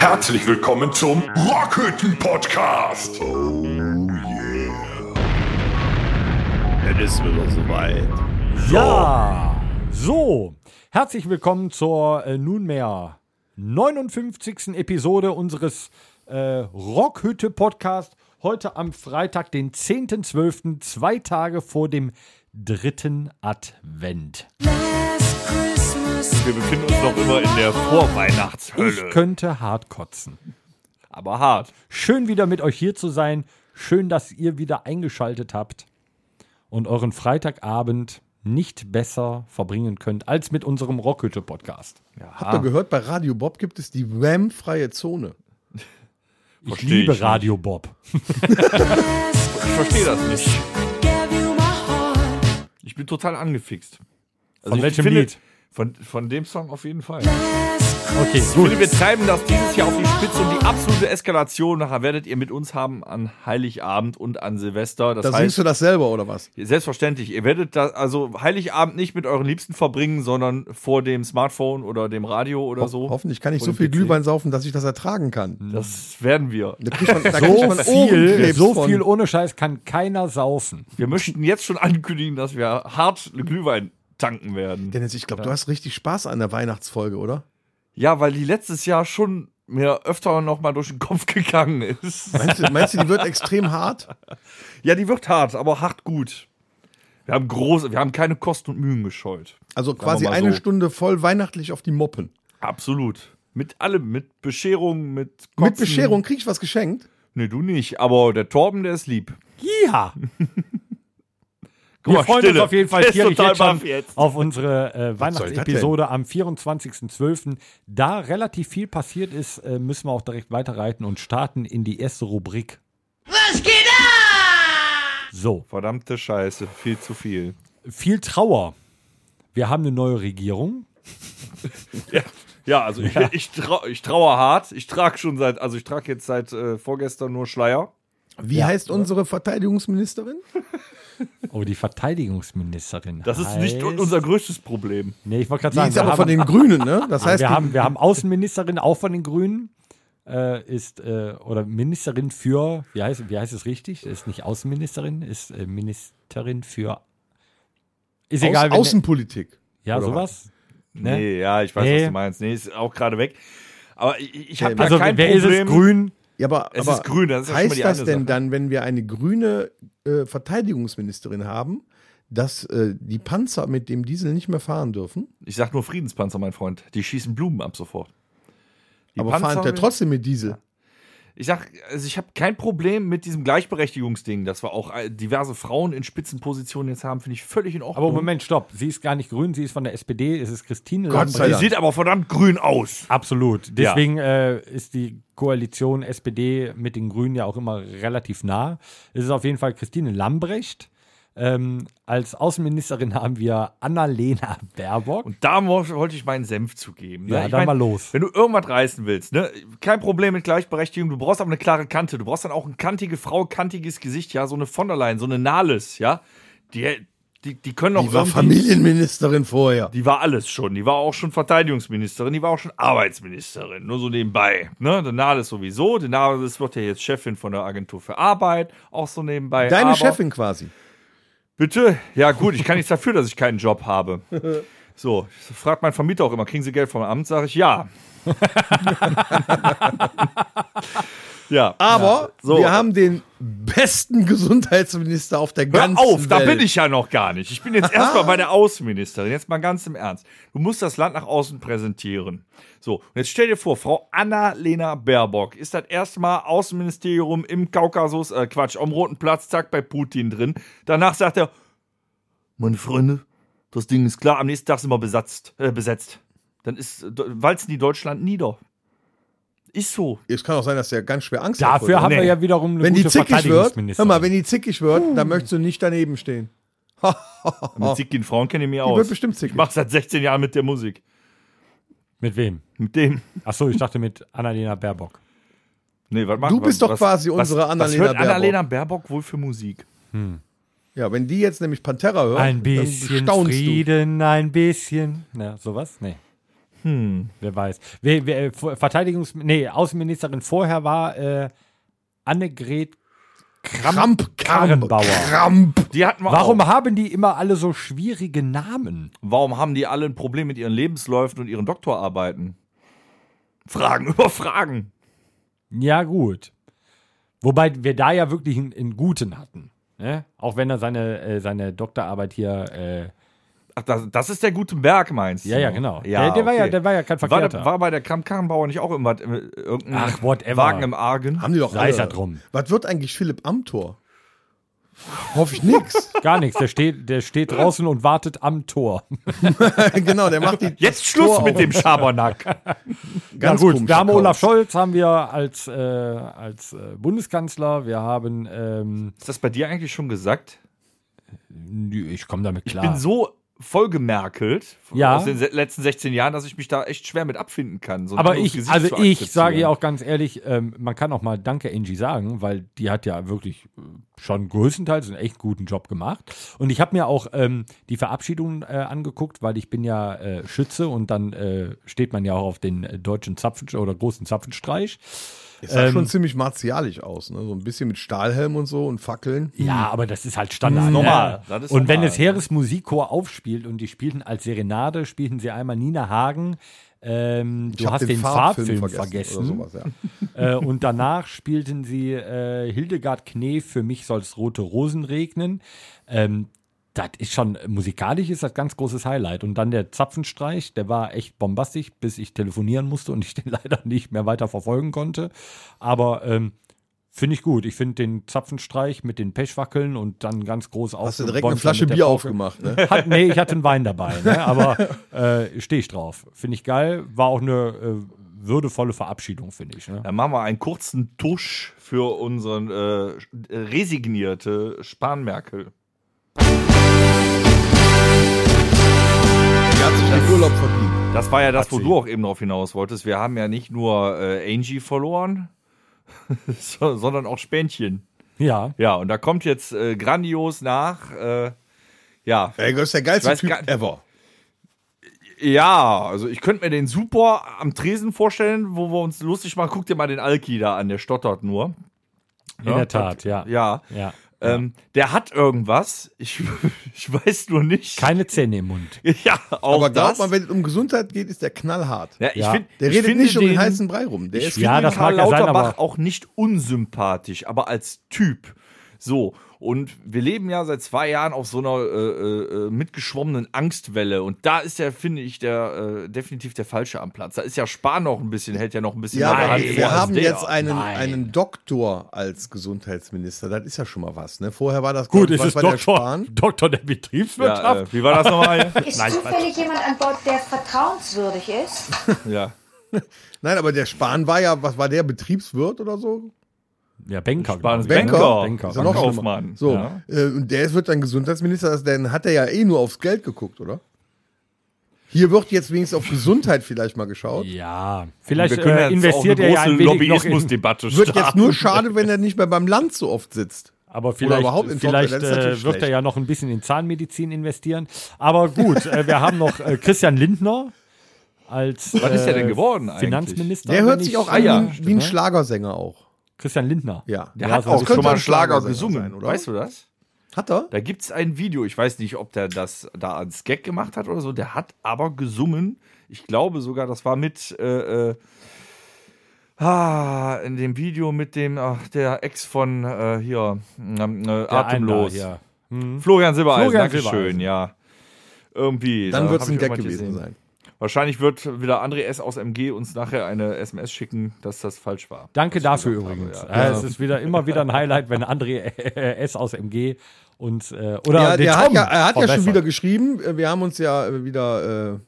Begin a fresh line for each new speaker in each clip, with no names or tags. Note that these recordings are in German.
Herzlich willkommen zum Rockhütten-Podcast. Oh
Dann ist wieder soweit.
Ja, so, herzlich willkommen zur äh, nunmehr 59. Episode unseres äh, Rockhütte-Podcast. Heute am Freitag, den 10.12., zwei Tage vor dem dritten Advent.
Wir befinden uns noch immer in der
Ich
Vorweihnachtshölle.
könnte hart kotzen.
Aber hart.
Schön wieder mit euch hier zu sein. Schön, dass ihr wieder eingeschaltet habt und euren Freitagabend nicht besser verbringen könnt als mit unserem Rockhütte-Podcast.
Habt ihr gehört, bei Radio Bob gibt es die RAM-freie Zone.
Ich
Versteh
liebe
ich
Radio Bob.
Ich verstehe das nicht. Ich bin total angefixt. Also
Von
ich
welchem
finde,
Lied?
Von, von dem Song auf jeden Fall.
Okay,
Ich
gut.
finde, wir treiben das dieses Jahr auf die Spitze und die absolute Eskalation nachher werdet ihr mit uns haben an Heiligabend und an Silvester. Das
Da
heißt,
singst du das selber oder was?
selbstverständlich, ihr werdet das, also Heiligabend nicht mit euren Liebsten verbringen, sondern vor dem Smartphone oder dem Radio oder so.
Hoffentlich kann ich
Vor
so
dem
viel
PC.
Glühwein saufen, dass ich das ertragen kann.
Das werden wir.
Da kriegt man, da kriegt
So
man
viel,
Ohrenkrebs
so
von.
viel ohne Scheiß kann keiner saufen.
Wir möchten jetzt schon ankündigen, dass wir hart Glühwein tanken werden.
Dennis, ich glaube, du hast richtig Spaß an der Weihnachtsfolge, oder?
Ja, weil die letztes Jahr schon mir öfter noch mal durch den Kopf gegangen ist.
Meinst du, meinst du die wird extrem hart?
Ja, die wird hart, aber hart gut. Wir haben große, wir haben keine Kosten und Mühen gescheut.
Also quasi
mal
eine
so.
Stunde voll weihnachtlich auf die Moppen.
Absolut. Mit allem, mit Bescherung, mit
Mit Bescherung krieg ich was geschenkt?
Nee, du nicht, aber der Torben, der ist lieb.
Ja,
Guck
wir freuen uns auf jeden Fall
Der ist
tierlich
total
jetzt schon
baff jetzt.
auf unsere äh,
soll das
Weihnachtsepisode am 24.12. Da relativ viel passiert ist, äh, müssen wir auch direkt weiterreiten und starten in die erste Rubrik. Was geht ab? So,
Verdammte Scheiße, viel zu viel.
viel Trauer. Wir haben eine neue Regierung.
Ja, also ich, ich, trau, ich traue hart. Ich trage schon seit, also ich trage jetzt seit äh, vorgestern nur Schleier.
Wie heißt unsere Verteidigungsministerin?
Oh, die Verteidigungsministerin.
Das ist nicht
heißt-
unser größtes Problem.
Nee, ich wollte gerade
Die
sagen,
ist
wir
aber
haben-
von den Grünen, ne? Das heißt,
wir,
die-
haben, wir haben Außenministerin auch von den Grünen. Äh, ist äh, oder Ministerin für, wie heißt, wie heißt es richtig? Ist nicht Außenministerin, ist äh, Ministerin für. Ist
Aus,
egal, wenn-
Außenpolitik.
Ja,
oder
sowas. Ne?
Nee, ja, ich weiß,
Nee.
was du meinst. Nee, ist auch gerade weg. Aber ich, ich habe
Okay,
da
Also,
kein
wer ist
Problem.
es? Grün?
Ja, aber,
Es
aber
ist grün, das ist ja schon mal
heißt
die
das
eine
denn
Sache.
dann, wenn wir eine grüne äh, Verteidigungsministerin haben, dass äh, die Panzer mit dem Diesel nicht mehr fahren dürfen?
Ich sag nur Friedenspanzer, mein Freund. Die schießen Blumen ab sofort. Die
aber
Panzer-
fahren der trotzdem mit Diesel?
Ich sag, also ich habe kein Problem mit diesem Gleichberechtigungsding, dass wir auch äh, diverse Frauen in Spitzenpositionen jetzt haben, finde ich völlig in Ordnung.
Aber Moment, stopp. Sie ist gar nicht grün, sie ist von der SPD, es ist Christine
Gott sei
Die
Dank.
sieht aber verdammt grün aus.
Absolut. Deswegen äh, ist die Koalition SPD mit den Grünen ja auch immer relativ nah. Es ist auf jeden Fall Christine Lambrecht. Ähm, als Außenministerin haben wir Annalena Baerbock.
Und da mo- wollte ich meinen Senf zugeben. ne?
Ja,
ich
dann mal los.
Wenn du irgendwas reißen willst, ne? kein Problem mit Gleichberechtigung, du brauchst aber eine klare Kante. Du brauchst dann auch eine kantige Frau, kantiges Gesicht, ja, so eine von der Leyen, so eine Nahles, ja. Die, die, die können auch
Die war
irgendwie-
Familienministerin vorher.
Die war alles schon. Die war auch schon Verteidigungsministerin, die war auch schon Arbeitsministerin. Nur so nebenbei. Ne? Der Nahles sowieso. Der Nahles wird ja jetzt Chefin von der Agentur für Arbeit. Auch so nebenbei.
Deine
Aber-
Chefin quasi.
Bitte? Ja, gut, ich kann nichts dafür, dass ich keinen Job habe. So, fragt mein Vermieter auch immer, kriegen Sie Geld vom Amt? Sage ich ja. ja.
Aber
so.
wir haben den besten Gesundheitsminister auf der
Hör
ganzen Welt.
auf, da bin ich ja noch gar nicht. Ich bin jetzt erstmal bei der Außenministerin. Jetzt mal ganz im Ernst. Du musst das Land nach außen präsentieren. So, und jetzt stell dir vor, Frau Annalena Baerbock ist das erste Mal Außenministerium im Kaukasus, äh Quatsch, am Roten Platz, zack, bei Putin drin. Danach sagt er, meine Freunde, das Ding ist klar, am nächsten Tag sind wir besetzt. Äh, besetzt. Dann ist, äh, walzen die Deutschland nieder. Ist so.
Es kann auch sein, dass der ganz schwer Angst
Dafür
hat.
haben
Nee.
wir ja wiederum eine
Wenn die
gute
zickig wird, hör
Verteidigungsministerin.
mal, wenn die zickig wird, dann möchtest du nicht daneben stehen.
Mit sickigen Frauen kenne ich mich aus.
Ah. wird bestimmt
ich
zickig.
mach seit 16 Jahren mit der Musik.
mit wem?
Mit dem.
Achso, ich dachte mit Annalena Baerbock.
Nee, was machen
Du
wir?
bist doch
was,
quasi unsere
was,
Annalena
was hört
Baerbock.
Annalena Baerbock wohl für Musik?
Ja, wenn die jetzt nämlich Pantera hört,
Ein
dann
bisschen
staunst du.
Frieden, ein bisschen. Ja, sowas? Nee.
Hm.
Wer weiß. Wer, wer, Verteidigungs nee, Außenministerin vorher war äh, Annegret
Kramp, Kramp,
Karrenbauer.
Kramp.
Die hatten wir
Warum
Auch.
haben die immer alle so schwierige Namen?
Warum haben die alle ein Problem mit ihren Lebensläufen und ihren Doktorarbeiten? Fragen über Fragen.
Ja, gut. Wobei wir da ja wirklich einen, einen guten hatten. Ne? Auch wenn er seine, äh, seine Doktorarbeit hier. Äh,
Ach, das, das ist der Gutenberg, meinst du?
ja, ja, genau.
Ja,
der, der, war
okay.
ja, der war ja kein
War, der-
Verkehrter.
war bei der Kramp-Karrenbauer nicht auch immer äh, irgendein
Ach, whatever.
Wagen im Argen?
Haben die doch
Sei
alle.
es ja drum.
Was wird eigentlich Philipp Amthor? Hoffe ich nix.
Gar nichts. Der steht, der steht draußen und wartet am Tor.
genau, der macht die
Jetzt Schluss mit dem Schabernack.
ganz
Na
komische
wir haben
Kauz.
Olaf Scholz, haben wir als, äh, als äh, Bundeskanzler, wir haben, ähm,
ist das bei dir eigentlich schon gesagt?
nö, ich komme damit klar.
Ich bin so vollgemerkelt von-
Ah. Ja.
aus den se- letzten 16 Jahren, dass ich mich da echt schwer mit abfinden kann. so ein
aber
anderes
ich,
Gesicht
also
zu
ich
akzeptieren.
sage ja auch ganz ehrlich, ähm, man kann auch mal Danke Angie sagen, weil die hat ja wirklich äh, schon größtenteils einen echt guten Job gemacht. Und ich habe mir auch ähm, die Verabschiedung äh, angeguckt, weil ich bin ja äh, Schütze und dann äh, steht man ja auch auf den äh, deutschen Zapfen oder großen Zapfenstreich.
Das sah
Ähm,
schon ziemlich martialisch aus, ne? So ein bisschen mit Stahlhelm und so und Fackeln.
Ja, aber das ist halt Standard.
Mhm.
ne?
Normal, das ist
und wenn
normal.
das Heeres Musikchor aufspielt und die spielten als Serenade, spielten sie einmal Nina Hagen. Ähm, du
hab
hast den, Farbfilm, vergessen.
Oder sowas, ja.
äh, und danach spielten sie äh, Hildegard Knef, Für mich soll's rote Rosen regnen. Ähm, das ist schon, musikalisch ist das ganz großes Highlight. Und dann der Zapfenstreich, der war echt bombastisch, bis ich telefonieren musste und ich den leider nicht mehr weiter verfolgen konnte. Aber ähm, finde ich gut. Ich finde den Zapfenstreich mit den Pechwackeln und dann ganz groß auf.
Hast du direkt eine Flasche Bier aufgemacht, ne?
Hat, nee, ich hatte einen Wein dabei, ne? aber äh, stehe ich drauf. Finde ich geil. War auch eine äh, würdevolle Verabschiedung, finde ich. Ne?
Dann machen wir einen kurzen Tusch für unseren äh, resignierte Spanmerkel.
Die hat sich einen Urlaub verdient.
Das war ja das,
Hat
wo
sie.
du auch eben drauf hinaus wolltest. Wir haben ja nicht nur äh, Angie verloren, so, sondern auch Spänchen.
Ja.
Ja, und da kommt jetzt äh, grandios nach. Äh, ja,
Ey, das ist der
Ich
geilste
weiß gar-
Typ ever.
ja, also ich könnte mir den super am Tresen vorstellen, wo wir uns lustig machen. Guck dir mal den Alki da an, der stottert nur.
In der Tat, ja.
Ja.
Ja.
Ähm, der hat irgendwas. Ich, ich weiß nur nicht.
Keine Zähne im Mund.
ja, auch
Aber glaub
das.
mal, wenn es um Gesundheit geht, ist der knallhart.
ja, ich
Oh, Ja.
Find,
Der
ich
redet
finde
nicht um den
den-
heißen Brei rum. Der ist
Ich
Ja,
finde
das
Karl
mag ja sein,
Lauterbach
aber-
auch nicht unsympathisch, aber als Typ. So, und wir leben ja seit zwei Jahren auf so einer äh, äh, mitgeschwommenen Angstwelle. Und da ist ja, finde ich, der äh, definitiv der Falsche am Platz. Da ist ja Spahn noch ein bisschen, hält ja noch ein bisschen
Ja,
mehr
aber
Hand vor
wir
als
haben
der.
jetzt einen,
Nein.
einen Doktor als Gesundheitsminister. Das ist ja schon mal was. Ne? Vorher war das
Gut,
glaub ich,
ist es
was bei der
Doktor,
Spahn.
Doktor der
Ja,
Betriebswirtschaft?
äh, wie war das nochmal?
Ist
Nein,
zufällig jemand an Bord, der vertrauenswürdig ist?
ja.
Nein, aber der Spahn war ja, was war der Betriebswirt oder so?
ja, Banker.
Spahn ist
glaub ich, ne?
Banker.
Banker.
Ist ja noch
Banker.
schlimmer.
Kaufmann.
So,
Ja.
äh, und der wird dann Gesundheitsminister, also dann hat er ja eh nur aufs Geld geguckt, oder? Hier wird jetzt wenigstens auf Gesundheit vielleicht mal geschaut.
Ja, vielleicht
wir können
äh,
jetzt
investiert
auch
er ja
eine
ein
große
wenig noch in,
Lobbyismusdebatte
Wird jetzt
starten.
nur schade, wenn er nicht mehr beim Land so oft sitzt.
aber vielleicht,
überhaupt in
vielleicht
Doktor, das ist
äh,
natürlich
wird er
schlecht.
ja noch ein bisschen in Zahnmedizin investieren. Aber gut, äh, wir haben noch äh, Christian Lindner als
Was ist der
äh,
denn geworden eigentlich?
Finanzminister.
Der
wenn
hört
ich-
sich auch
Ah,
an wie
ja,
ein- wie ein Schlagersänger auch.
Christian Lindner.
Ja.
Der
Ja,
hat
so
auch
könnte
schon mal
ein
einen Schlager
Schlagersänger
gesungen,
sein, oder?
weißt du das?
Hat er?
Da gibt es ein Video, ich weiß nicht, ob der das da ans Gag gemacht hat oder so, der hat aber gesungen. Ich glaube sogar, das war mit äh, äh, ah, in dem Video mit dem, ach, der Ex von äh, hier, ähm, äh,
Der
Atemlos. Hm?
Einer hier.
Florian Silbereisen,
Florian
Dankeschön,
Silbereisen.
ja. Irgendwie.
Dann
da
wird es
hab
ein
ich
Gag
irgendwas
gewesen
gesehen.
sein.
Wahrscheinlich wird wieder André S. aus MG uns nachher eine SMS schicken, dass das falsch war.
Danke dafür
gesagt habe,
übrigens.
ja.
Äh, Es ist wieder immer wieder ein Highlight, wenn André äh, S aus MG und äh, oder
Ja,
den
der hat
Tom
ja, er hat ja schon
verbessert.
wieder geschrieben. Äh, Wir haben uns ja äh, wieder äh,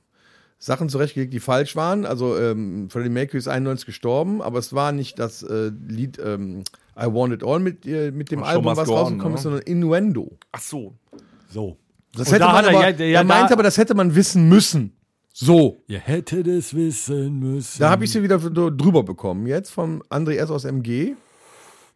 Sachen zurechtgelegt, die falsch waren. Also ähm, Freddie Mercury ist 91 gestorben, aber es war nicht das äh, Lied ähm, I Want It All mit, äh, mit dem
Und
Album,
Thomas
was
Gordon,
rausgekommen ist,
ne?
sondern Innuendo.
Ach so.
so.
Das
Und
hätte
da
man
hat er
aber,
ja- ja,
er meint
da-
aber, das hätte man wissen müssen. So,
Ihr hättet es wissen müssen.
da habe ich sie wieder dr- drüber bekommen. Jetzt vom André S. aus MG.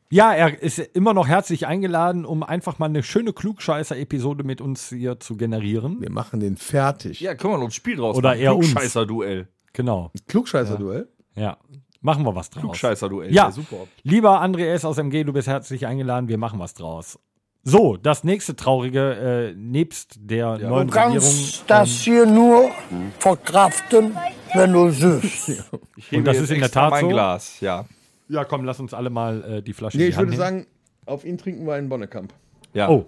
Ja, er ist immer noch herzlich eingeladen, um einfach mal eine schöne Klugscheißer-Episode mit uns hier zu generieren.
Wir machen den fertig.
Ja, können wir noch ein Spiel draus
Oder
machen.
eher uns.
Scheißer Duell.
Genau.
Klugscheißer-Duell.
Ja. Machen wir was draus.
Klugscheißer-Duell.
Ja.
super.
Lieber André S. aus MG, du bist herzlich eingeladen, wir machen was draus. So, das nächste traurige, äh, nebst der neuen
Du
Regierung.
kannst das hier nur verkraften, wenn du süßt.
Ich hebe
Und das
jetzt
ist in der
extra
Tat
mein
so?
Glas, ja.
Ja, komm, lass uns alle mal äh, die Flasche
Nee,
in die
ich
Hand
würde
nehmen.
sagen, auf ihn trinken wir einen Bonnekamp.
ja.
Oh,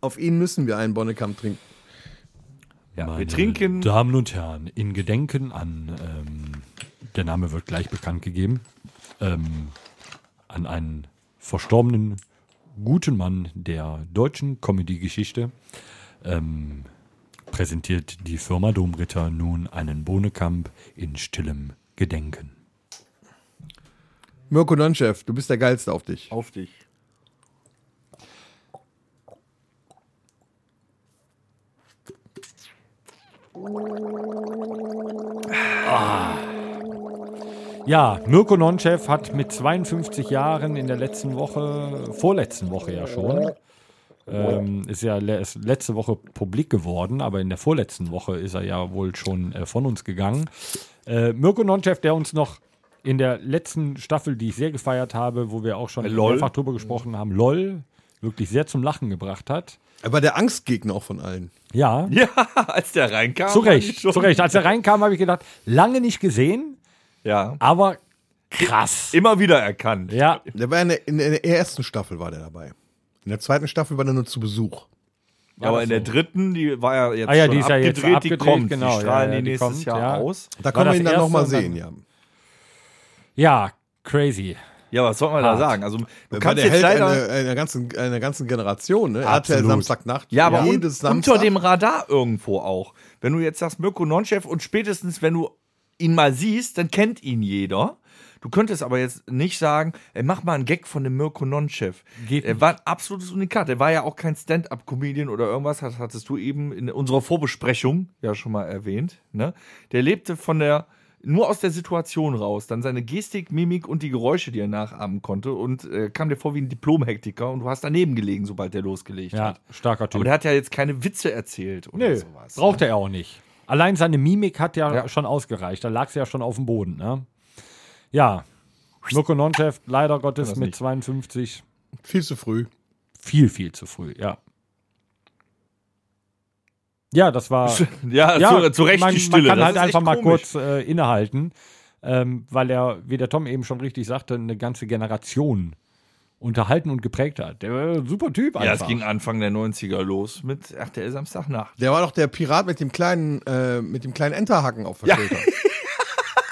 Auf ihn müssen wir einen Bonnekamp trinken.
ja. Wir
Meine
trinken.
Damen und Herren, in Gedenken an, ähm, der Name wird gleich bekannt gegeben, ähm, an einen verstorbenen guten Mann der deutschen Comedy-Geschichte, ähm, präsentiert die Firma Domritter nun einen Bohnekamp in stillem Gedenken.
Mirko Nonchef, du bist der Geilste auf dich.
Auf dich.
Ja, Mirko Nonchev hat mit 52 Jahren in der letzten Woche, vorletzten Woche ja schon, ähm, ist ja le ist letzte Woche publik geworden, aber in der vorletzten Woche ist er ja wohl schon äh, von uns gegangen. Äh, Mirko Nonchev, der uns noch in der letzten Staffel, die ich sehr gefeiert habe, wo wir auch schon
LOL.
mehrfach drüber gesprochen haben, LOL, wirklich sehr zum Lachen gebracht hat.
Er war der Angstgegner auch von allen.
Ja,
Ja, als der reinkam.
zu
war ich
Recht,
schon-
zu Recht. Als er reinkam, habe ich gedacht, lange nicht gesehen,
Ja.
aber krass.
Immer wieder erkannt.
Ja,
Der war in der, in der ersten Staffel war der dabei. In der zweiten Staffel war der nur zu Besuch.
aber
das
in der
so?
dritten, die war ja jetzt
Ah ja,
schon
die ist ja jetzt
abgedreht, die
abgedreht,
kommt.
genau, ja,
die strahlen
ja,
die
die
nächstes
kommt,
Jahr
ja.
aus.
Da können
das
wir ihn dann
erste
nochmal
und dann-
sehen, ja.
ja, crazy.
Ja, was soll man da
Hart.
sagen? Also, du
Er war
kannst
der
jetzt
Held
leider.
einer, einer, ganzen, einer ganzen Generation, ne? RTL
Absolut.
Samstagnacht.
Ja, aber un
jedes Samstag.
unter dem Radar irgendwo auch. Wenn du jetzt sagst, Mirko Nonchef und spätestens, wenn du ihn mal siehst, dann kennt ihn jeder. Du könntest aber jetzt nicht sagen, ey, mach mal einen Gag von dem Mirko Nonchef.
Geht
er war ein absolutes Unikat. Er war ja auch kein Stand-up-Comedian oder irgendwas, das hattest du eben in unserer Vorbesprechung ja schon mal erwähnt. Ne? Der lebte von der nur aus der Situation raus, dann seine Gestik, Mimik und die Geräusche, die er nachahmen konnte und äh, kam dir vor wie ein Diplomhektiker und du hast daneben gelegen, sobald er losgelegt
Ja,
hat.
starker Typ.
Aber der hat ja jetzt keine Witze erzählt oder
Nö,
sowas. ne?
brauchte er auch nicht. Allein seine Mimik hat ja,
Ja.
schon ausgereicht. Da lag sie ja schon auf dem Boden. Ne? Ja, Mirko Nonchef, leider Gottes
das
mit
nicht.
52
Viel zu früh.
viel, viel zu früh, ja. Ja, das war.
Ja,
ja,
zu, zu Recht
man,
die Stille.
Man kann
Das
halt
ist echt
einfach mal
komisch.
kurz äh, innehalten, ähm, weil er, wie der Tom eben schon richtig sagte, eine ganze Generation unterhalten und geprägt hat. Der war ein super Typ einfach.
Ja, es ging Anfang der 90er los mit RTL Samstagnacht.
Der war doch der Pirat mit dem kleinen, äh, mit dem kleinen Enterhaken auf der Schulter.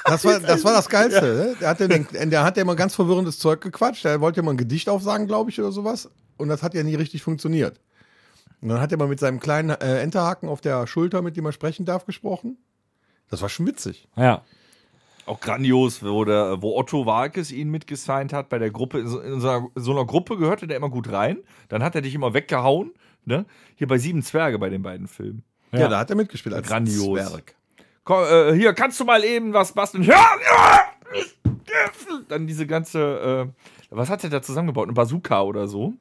Das war, das war das Geilste. Ne? Der, hat ja den, der hat ja immer ganz verwirrendes Zeug gequatscht. Der wollte ja mal ein Gedicht aufsagen, glaube ich, oder sowas. Und das hat ja nie richtig funktioniert. Und dann hat er mal mit seinem kleinen äh, Enterhaken auf der Schulter, mit dem er sprechen darf, gesprochen. Das war schon witzig.
ja.
Auch grandios, wo, der, wo Otto Walkes ihn mitgesigned hat bei der Gruppe. In so, in so, einer, so einer Gruppe gehörte der immer gut rein. Dann hat er dich immer weggehauen. Ne? Hier bei Sieben Zwerge bei den beiden Filmen.
Ja, da hat er mitgespielt als
Grandios.
Zwerg.
Komm, äh, hier, kannst du mal eben was basteln? Ja, ja, dann diese ganze, äh, was hat er da zusammengebaut? Eine Bazooka oder so?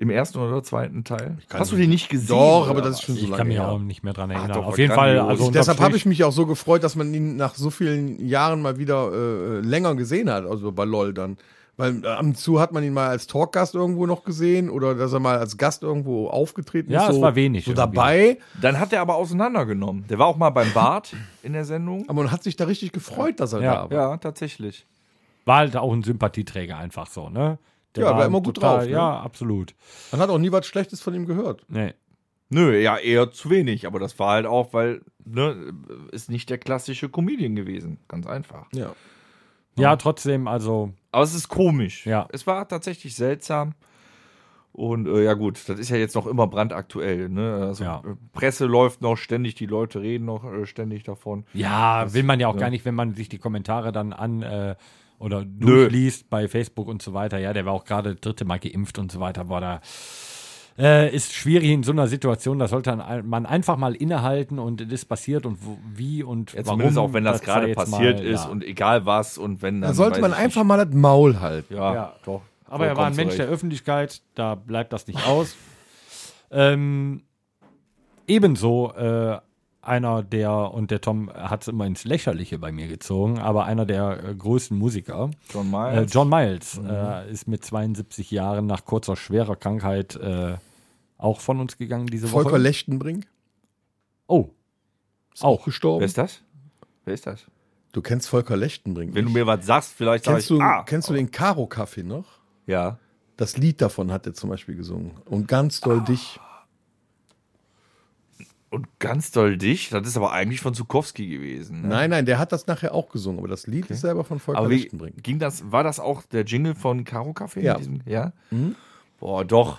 Im ersten oder zweiten Teil? Hast du den nicht gesehen?
Doch, aber
oder
das ist schon
was?
so
Ich
lange
kann mich
her.
auch nicht mehr dran erinnern.
doch,
Auf jeden Fall.
grandios.
Also unterm
Deshalb habe
Strich-
ich mich auch so gefreut, dass man ihn nach so vielen Jahren mal wieder äh, länger gesehen hat, also bei LOL dann. Weil äh, ab und zu hat man ihn mal als Talkgast irgendwo noch gesehen oder dass er mal als Gast irgendwo aufgetreten
Ja,
ist.
es
so,
war wenig
So
irgendwie.
dabei.
Dann hat er aber auseinandergenommen. Der war auch mal beim Bart in der Sendung.
Aber man hat sich da richtig gefreut, dass er
Ja,
da war.
Ja, tatsächlich.
war halt auch ein Sympathieträger einfach so, ne? Der
Ja, war immer gut drauf, ne?
Ja, absolut.
Man hat auch nie was Schlechtes von ihm gehört.
Nee.
Nö, ja, eher zu wenig. Aber das war halt auch, weil, ne, ist nicht der klassische Comedian gewesen. Ganz einfach.
Ja.
Ja, trotzdem, also,
Aber es ist komisch.
Ja.
Es war tatsächlich seltsam. Und äh, ja gut, das ist ja jetzt noch immer brandaktuell. Ne? Also,
Ja.
äh, Presse läuft noch ständig, die Leute reden noch äh, ständig davon.
ja, will man ja auch
ne?
gar nicht, wenn man sich die Kommentare dann an äh, oder durchliest bei Facebook und so weiter. Ja, der war auch gerade das dritte Mal geimpft und so weiter. War da. Äh, ist schwierig in so einer Situation, da sollte ein- man einfach mal innehalten und es ist passiert und wo, wie und
Ja,
warum.
zumindest auch wenn das,
sei
gerade
jetzt
passiert
mal,
ist
ja.
und egal was und wenn dann.
Da sollte
weiß
man
ich
einfach
nicht.
mal das Maul halten.
Ja,
Ja.
Ah, doch.
Aber er war ein
Vollkommen
Mensch der
zurecht.
Öffentlichkeit, da bleibt das nicht aus. ähm, ebenso äh, einer der, und der Tom hat es immer ins Lächerliche bei mir gezogen, aber einer der äh, größten Musiker,
John
äh,
Miles. Mhm.
John Miles, äh, ist mit 72 Jahren nach kurzer, schwerer Krankheit äh, auch von uns gegangen diese Woche.
Volker Lechtenbrink
Oh,
ist
Auch.
auch
Wer
gestorben.
ist das? Wer ist das?
Du kennst Volker Lechtenbrink.
Wenn du
nicht?
mir was sagst, vielleicht sag
kennst
ich,
du,
ah,
kennst du den Karo-Kaffee noch?
ja.
Das Lied davon hat er zum Beispiel gesungen. Und ganz
Ah.
doll dich.
Und ganz doll dich, das ist aber eigentlich von Zukowski gewesen. Ne?
Nein, nein, der hat das nachher auch gesungen, aber das Lied ist selber von Volker
aber wie
Lechtenbrink.
ging das, war das auch der Jingle von Karo Café?
Ja.
mit diesem- ja? Boah, doch.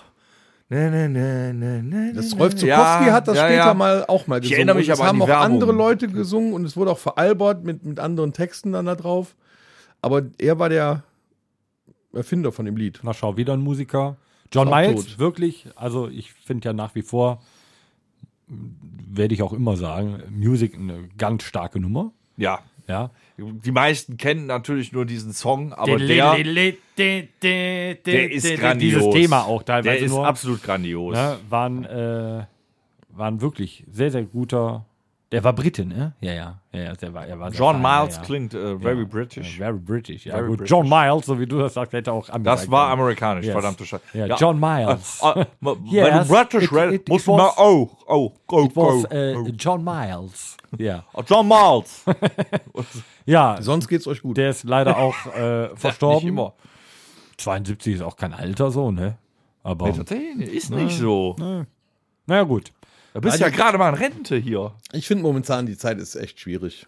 Ne, ne, ne, ne, ne,
Das
ne,
Rolf
ne.
Zukowski
Ja,
hat das
ja,
später
ja.
mal auch mal gesungen.
erinnere mich
und es
aber an
haben
die
auch
Werbung.
andere Leute gesungen und es wurde auch veralbert mit, mit anderen Texten dann da drauf. Aber er war der Erfinder von dem Lied.
na schau, wieder ein Musiker. John
Ist auch
Miles,
tot.
wirklich, also ich finde ja nach wie vor, m, werde ich auch immer sagen, Music eine ganz starke Nummer.
Ja.
Ja,
Die meisten kennen natürlich nur diesen Song, aber der, der ist grandios.
Dieses Thema auch teilweise
Der ist
nur.
absolut grandios.
ne, waren, äh, waren wirklich sehr, sehr guter. Der war Brite, ne? Ja, ja. ja, ja der war, er war
John
ja,
Miles
ja.
klingt äh, very
Ja,
British.
Very British, ja.
Very
gut.
British.
John Miles, so wie du das sagst, hätte auch
Das
Amerikaner.
war amerikanisch,
Yes.
verdammte Scheiße.
Ja, John Miles.
Äh, äh, ma-
Yes,
Wenn du British
it-
redest,
it-
musst
it
du mal.
was-
Oh, oh, go,
It was
go.
äh, John Miles. Ja.
Oh, John Miles.
Ja,
Sonst geht's euch gut.
der ist leider auch äh,
Nicht
verstorben.
immer.
72 ist auch kein Alter so, ne? Aber
Nee, tatsächlich, ist nicht so.
naja gut.
Du bist ja gerade mal in Rente hier.
Ich finde momentan, die Zeit ist echt schwierig.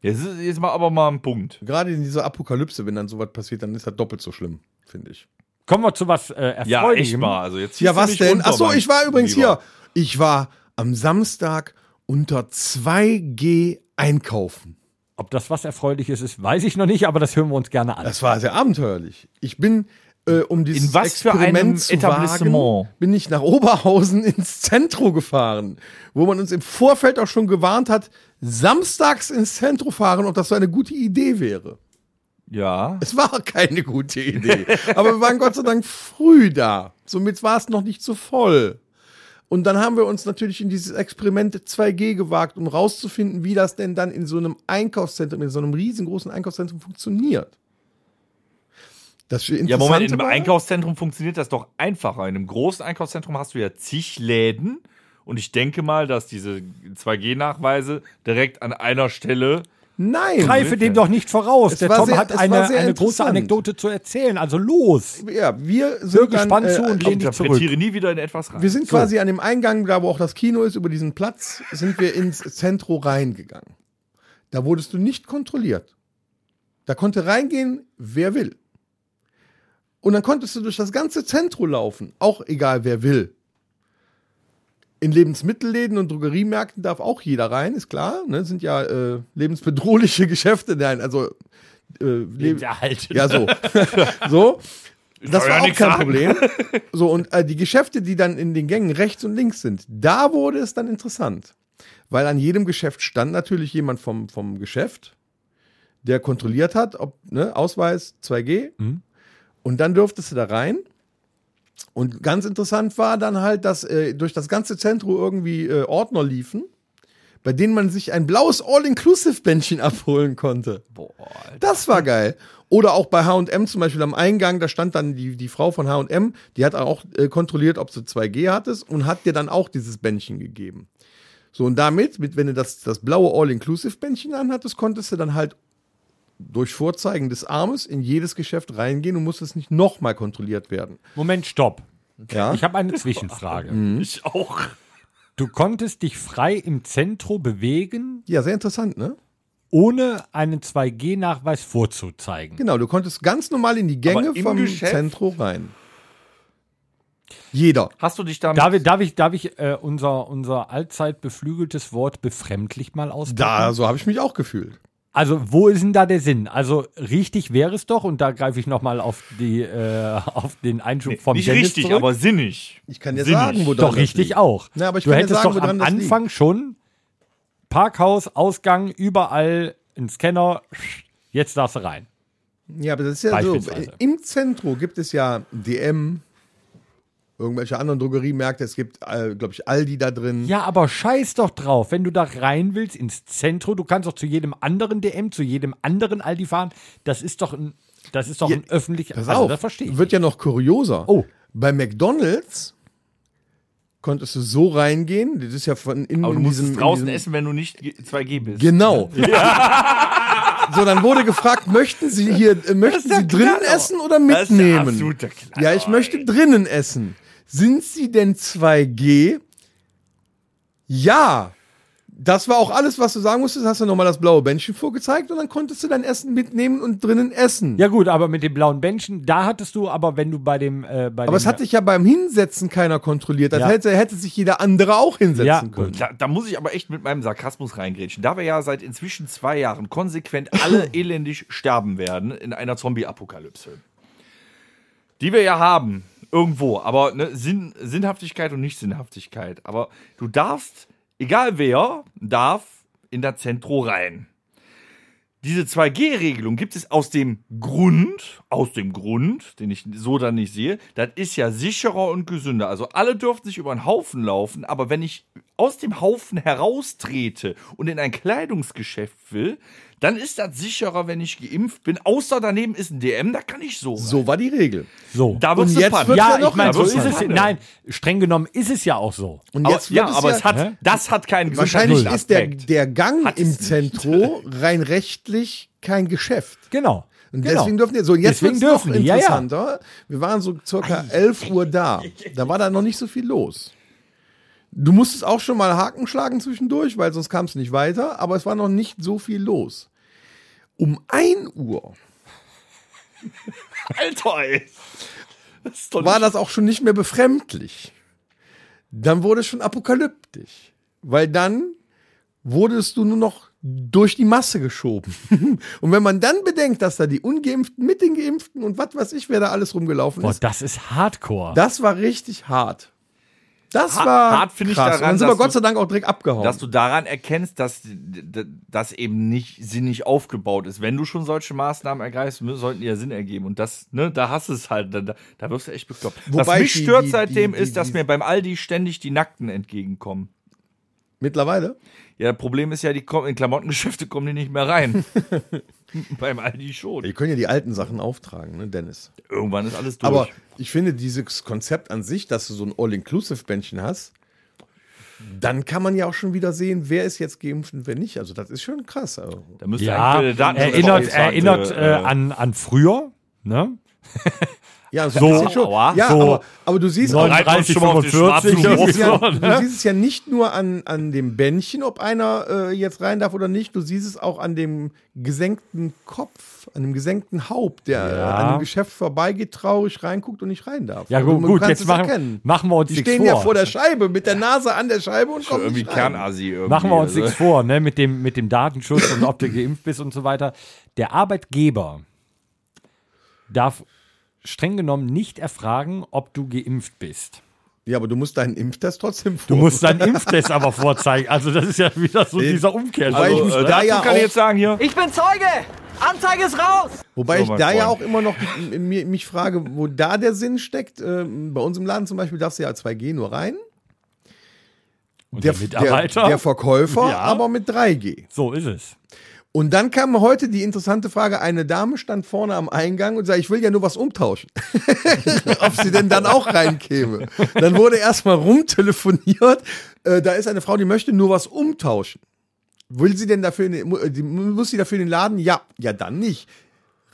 Jetzt ist jetzt mal aber mal ein Punkt.
Gerade in dieser Apokalypse, wenn dann sowas passiert, dann ist das doppelt so schlimm, finde ich.
Kommen wir zu was äh,
Ja,
Erfreulichem.
echt mal. Also jetzt ziehst
Ja,
du
was
mich
denn?
runter,
Achso,
mein
ich war übrigens
Lieber.
hier. Ich war am Samstag unter 2G einkaufen.
Ob das was Erfreuliches ist, weiß ich noch nicht, aber das hören wir uns gerne an.
Das war sehr abenteuerlich. Ich bin äh, um dieses
In was für einem
Experiment zu
Etablissement?
wagen, bin ich nach Oberhausen ins Zentro gefahren, wo man uns im Vorfeld auch schon gewarnt hat, samstags ins Zentro fahren, ob das so eine gute Idee wäre.
Ja.
Es war keine gute Idee. Aber wir waren Gott sei Dank früh da. Somit war es noch nicht so voll. Und dann haben wir uns natürlich in dieses Experiment 2G gewagt, um rauszufinden, wie das denn dann in so einem Einkaufszentrum, in so einem riesengroßen Einkaufszentrum funktioniert. Das
Ja, Moment, in einem
Interessante war-
Einkaufszentrum funktioniert das doch einfacher. In einem großen Einkaufszentrum hast du ja zig Läden und ich denke mal, dass diese 2G-Nachweise direkt an einer Stelle.
Nein.
Greife dem doch nicht voraus.
Es
Der
war
Tom
sehr-
hat
es war
eine,
sehr
eine große
interessant.
Anekdote zu erzählen. Also los.
Ja, wir sind
Sehr
dann, äh,
gespannt zu und lehn
Ich
dich zurück.
interpretiere nie wieder in etwas rein.
Wir sind quasi an dem Eingang, da wo auch das Kino ist, über diesen Platz, sind wir ins Zentro reingegangen. Da wurdest du nicht kontrolliert. Da konnte reingehen, wer will. Und dann konntest du durch das ganze Zentro laufen, auch egal wer will. In Lebensmittelläden und Drogeriemärkten darf auch jeder rein, ist klar. Ne? Sind ja äh, lebensbedrohliche Geschäfte. Nein, also äh, leb-
halt
Erhalten.
ja, so. so. Das
soll
war
ja
auch kein
nichts sagen.
Problem. So, und äh, die Geschäfte, die dann in den Gängen rechts und links sind, da wurde es dann interessant. Weil an jedem Geschäft stand natürlich jemand vom, vom Geschäft, der kontrolliert hat, ob ne, Ausweis 2G.
Mhm.
Und dann durftest du da rein. Und ganz interessant war dann halt, dass äh, durch das ganze Zentrum irgendwie äh, Ordner liefen, bei denen man sich ein blaues All-Inclusive-Bändchen abholen konnte.
Boah, Alter.
Das war geil. Oder auch bei HM zum Beispiel am Eingang, da stand dann die, die Frau von HM, die hat auch äh, kontrolliert, ob du 2G hattest und hat dir dann auch dieses Bändchen gegeben. So, und damit, mit, wenn du das, das blaue All-Inclusive-Bändchen anhattest, konntest du dann halt durch Vorzeigen des Armes in jedes Geschäft reingehen und musstest nicht nochmal kontrolliert werden.
Moment, stopp.
Ja? Mhm.
Ich habe eine Zwischenfrage.
ich auch.
Du konntest dich frei im Zentrum bewegen,
ja, sehr interessant, ne?
ohne einen 2G-Nachweis vorzuzeigen.
Genau, du konntest ganz normal in die Gänge
Aber im
vom
Geschäft?
Zentro rein. Jeder.
Hast du dich damit.
Darf, ich- darf ich, darf ich äh, unser, unser allzeit beflügeltes Wort befremdlich mal ausdrücken?
Da, so habe ich mich auch gefühlt.
Also, wo ist denn da der Sinn? Also, richtig wäre es doch, und da greife ich nochmal auf, die, äh, auf den Einschub vom
nicht
Dennis
richtig,
zurück.
aber sinnig.
Ich kann dir
Sinnig.
sagen, wo
Doch, richtig
liegt.
auch.
Ja, aber ich
du
kann dir
hättest doch
sagen, woran
am
das liegt.
Anfang schon Parkhaus, Ausgang, überall ein Scanner, jetzt darfst du rein.
Ja, aber das ist ja so.
Beispielsweise.
Im Zentrum gibt es ja DM, irgendwelche anderen Drogeriemärkte. Es gibt, äh, glaube ich, Aldi da drin.
Ja, aber scheiß doch drauf, wenn du da rein willst ins Zentrum, du kannst doch zu jedem anderen DM, zu jedem anderen Aldi fahren. Das ist doch ein, das ist doch ein öffentlicher.
Pass
also,
auf,
das verstehe ich.
wird ja noch kurioser.
Oh.
Bei McDonalds konntest du so reingehen, das ist ja von innen
Aber du
in
musst
diesem,
es draußen
in diesem
essen, wenn du nicht 2G bist.
Genau. So, dann wurde gefragt, möchten Sie hier, äh, möchten
der
Sie drinnen
Knaller.
essen oder
Das ist der
mitnehmen?
absolute Knaller,
Ja, ich möchte drinnen essen. Sind Sie denn 2G? Ja. Das war auch alles, was du sagen musstest. Hast du nochmal das blaue Bändchen vorgezeigt und dann konntest du dein Essen mitnehmen und drinnen essen.
Ja gut, aber mit den blauen Bändchen, da hattest du, aber wenn du bei dem, äh, bei
Aber es hat dich ja beim Hinsetzen keiner kontrolliert. Das
Ja.
hätte, hätte sich jeder andere auch hinsetzen
Ja.
können.
Da, da muss ich aber echt mit meinem Sarkasmus reingrätschen. Da wir ja seit inzwischen zwei Jahren konsequent alle elendig sterben werden in einer Zombie-Apokalypse, die wir ja haben, irgendwo, aber ne, Sinn, Sinnhaftigkeit und Nicht-Sinnhaftigkeit. Aber du darfst, egal wer, darf in das Zentro rein. Diese 2G-Regelung gibt es aus dem Grund, aus dem Grund, den ich so dann nicht sehe, das ist ja sicherer und gesünder. Also alle dürfen sich über den Haufen laufen, aber wenn ich aus dem Haufen heraustrete und in ein Kleidungsgeschäft will, dann ist das sicherer, wenn ich geimpft bin. Außer daneben ist ein DM, da kann ich so. rein.
So war die Regel.
so.
Da
Und
wird's eine
jetzt
Panne.
wird's
ja,
ja noch
ich meine, so ist es.
interessanter.
Nein, streng genommen ist es ja auch so.
Und
Aber-
jetzt wird
ja, aber es hat,
Hä?
das hat keinen
Wahrscheinlich
gesundheitlichen
ist der,
Aspekt.
der Gang
Hat es
im
nicht.
Zentro rein rechtlich kein Geschäft.
Genau.
Und
genau.
deswegen dürfen die, so, und jetzt
Deswegen
wird's noch
dürfen die, ja, ja.
interessanter. Wir waren so circa 11 Uhr da. Da war da noch nicht so viel los. Du musstest auch schon mal Haken schlagen zwischendurch, weil sonst kamst du nicht weiter, aber es war noch nicht so viel los. Um 1 Uhr
Alter, ey. Das ist doch
war
nicht-
das auch schon nicht mehr befremdlich. Dann wurde es schon apokalyptisch, weil dann wurdest du nur noch durch die Masse geschoben. Und wenn man dann bedenkt, dass da die Ungeimpften mit den Geimpften und was weiß ich, wer da alles rumgelaufen
Boah,
ist,
das ist Hardcore.
das war richtig hart. Das
Ha-
war
hart finde ich
krass.
daran,
Und dann sind wir
dass
Gott
du-
sei Dank auch direkt abgehauen.
dass du daran erkennst, dass das eben nicht sinnig aufgebaut ist. Wenn du schon solche Maßnahmen ergreifst, mü- sollten die ja Sinn ergeben. Und das, ne, da hast du es halt, da, da, da wirst du echt bekloppt.
Wobei
Was mich
die-
stört
die-
seitdem
die- die-
ist, dass
die-
mir beim Aldi ständig die Nackten entgegenkommen.
Mittlerweile.
Ja, das Problem ist ja, die kommen in Klamottengeschäfte kommen die nicht mehr rein. beim Aldi schon.
Wir können ja die alten Sachen auftragen, ne, Dennis.
Irgendwann ist alles durch.
Aber ich finde dieses Konzept an sich, dass du so ein All-Inclusive-Bändchen hast, dann kann man ja auch schon wieder sehen, wer ist jetzt geimpft und wer nicht. Also das ist schon krass. Also,
da müsste
ja,
eigentlich der Datenschutz-
erinnert,
Beauftragte,
erinnert
äh,
äh, an, an früher, ne?
ja,
So,
das ist schon,
aua,
ja
so
aber, aber du siehst auch,
Bereit uns schon mal auf den schwarzen ne?
du siehst, ja,
ne?
Humor.
du siehst es ja nicht nur an, an dem Bändchen, ob einer äh, jetzt rein darf oder nicht. Du siehst es auch an dem gesenkten Kopf, an dem gesenkten Haupt, der äh,
Ja.
an dem Geschäft vorbeigeht, traurig reinguckt und nicht rein darf.
Ja,
Also
gut,
man
gut
kannst
jetzt
es
machen,
erkennen.
machen wir uns
Die
nichts
stehen
vor.
ja vor der Scheibe mit der Nase an der Scheibe und kommen
irgendwie
nicht rein.
Kernasi irgendwie.
Machen wir uns
also.
nichts vor, ne? Mit dem, mit dem Datenschutz und ob du geimpft bist und so weiter. Der Arbeitgeber darf streng genommen nicht erfragen, ob du geimpft bist.
Ja, aber du musst deinen Impftest trotzdem vor.
Du musst deinen Impftest aber vorzeigen. Also das ist ja wieder so dieser Umkehrschluss.
Weil ich
Also,
mich
äh,
da
dazu
ja
kann ich
auch-
jetzt sagen hier.
Ich bin Zeuge! Anzeige ist raus!
Wobei
So,
ich
mein
da ja auch
Freund.
immer noch m- m- mir- mich frage, wo da der Sinn steckt. Ähm, bei uns im Laden zum Beispiel darfst du ja 2G nur rein.
Und der Mitarbeiter?
Der, der Verkäufer,
Ja.
aber mit 3G.
so ist es.
Und dann kam heute die interessante Frage, eine Dame stand vorne am Eingang und sagte, ich will ja nur was umtauschen. Ob sie denn dann auch reinkäme. Dann wurde erstmal rumtelefoniert, äh, da ist eine Frau, die möchte nur was umtauschen. Will sie denn dafür, in den, mu- äh, die, muss sie dafür in den Laden? Ja, ja dann nicht.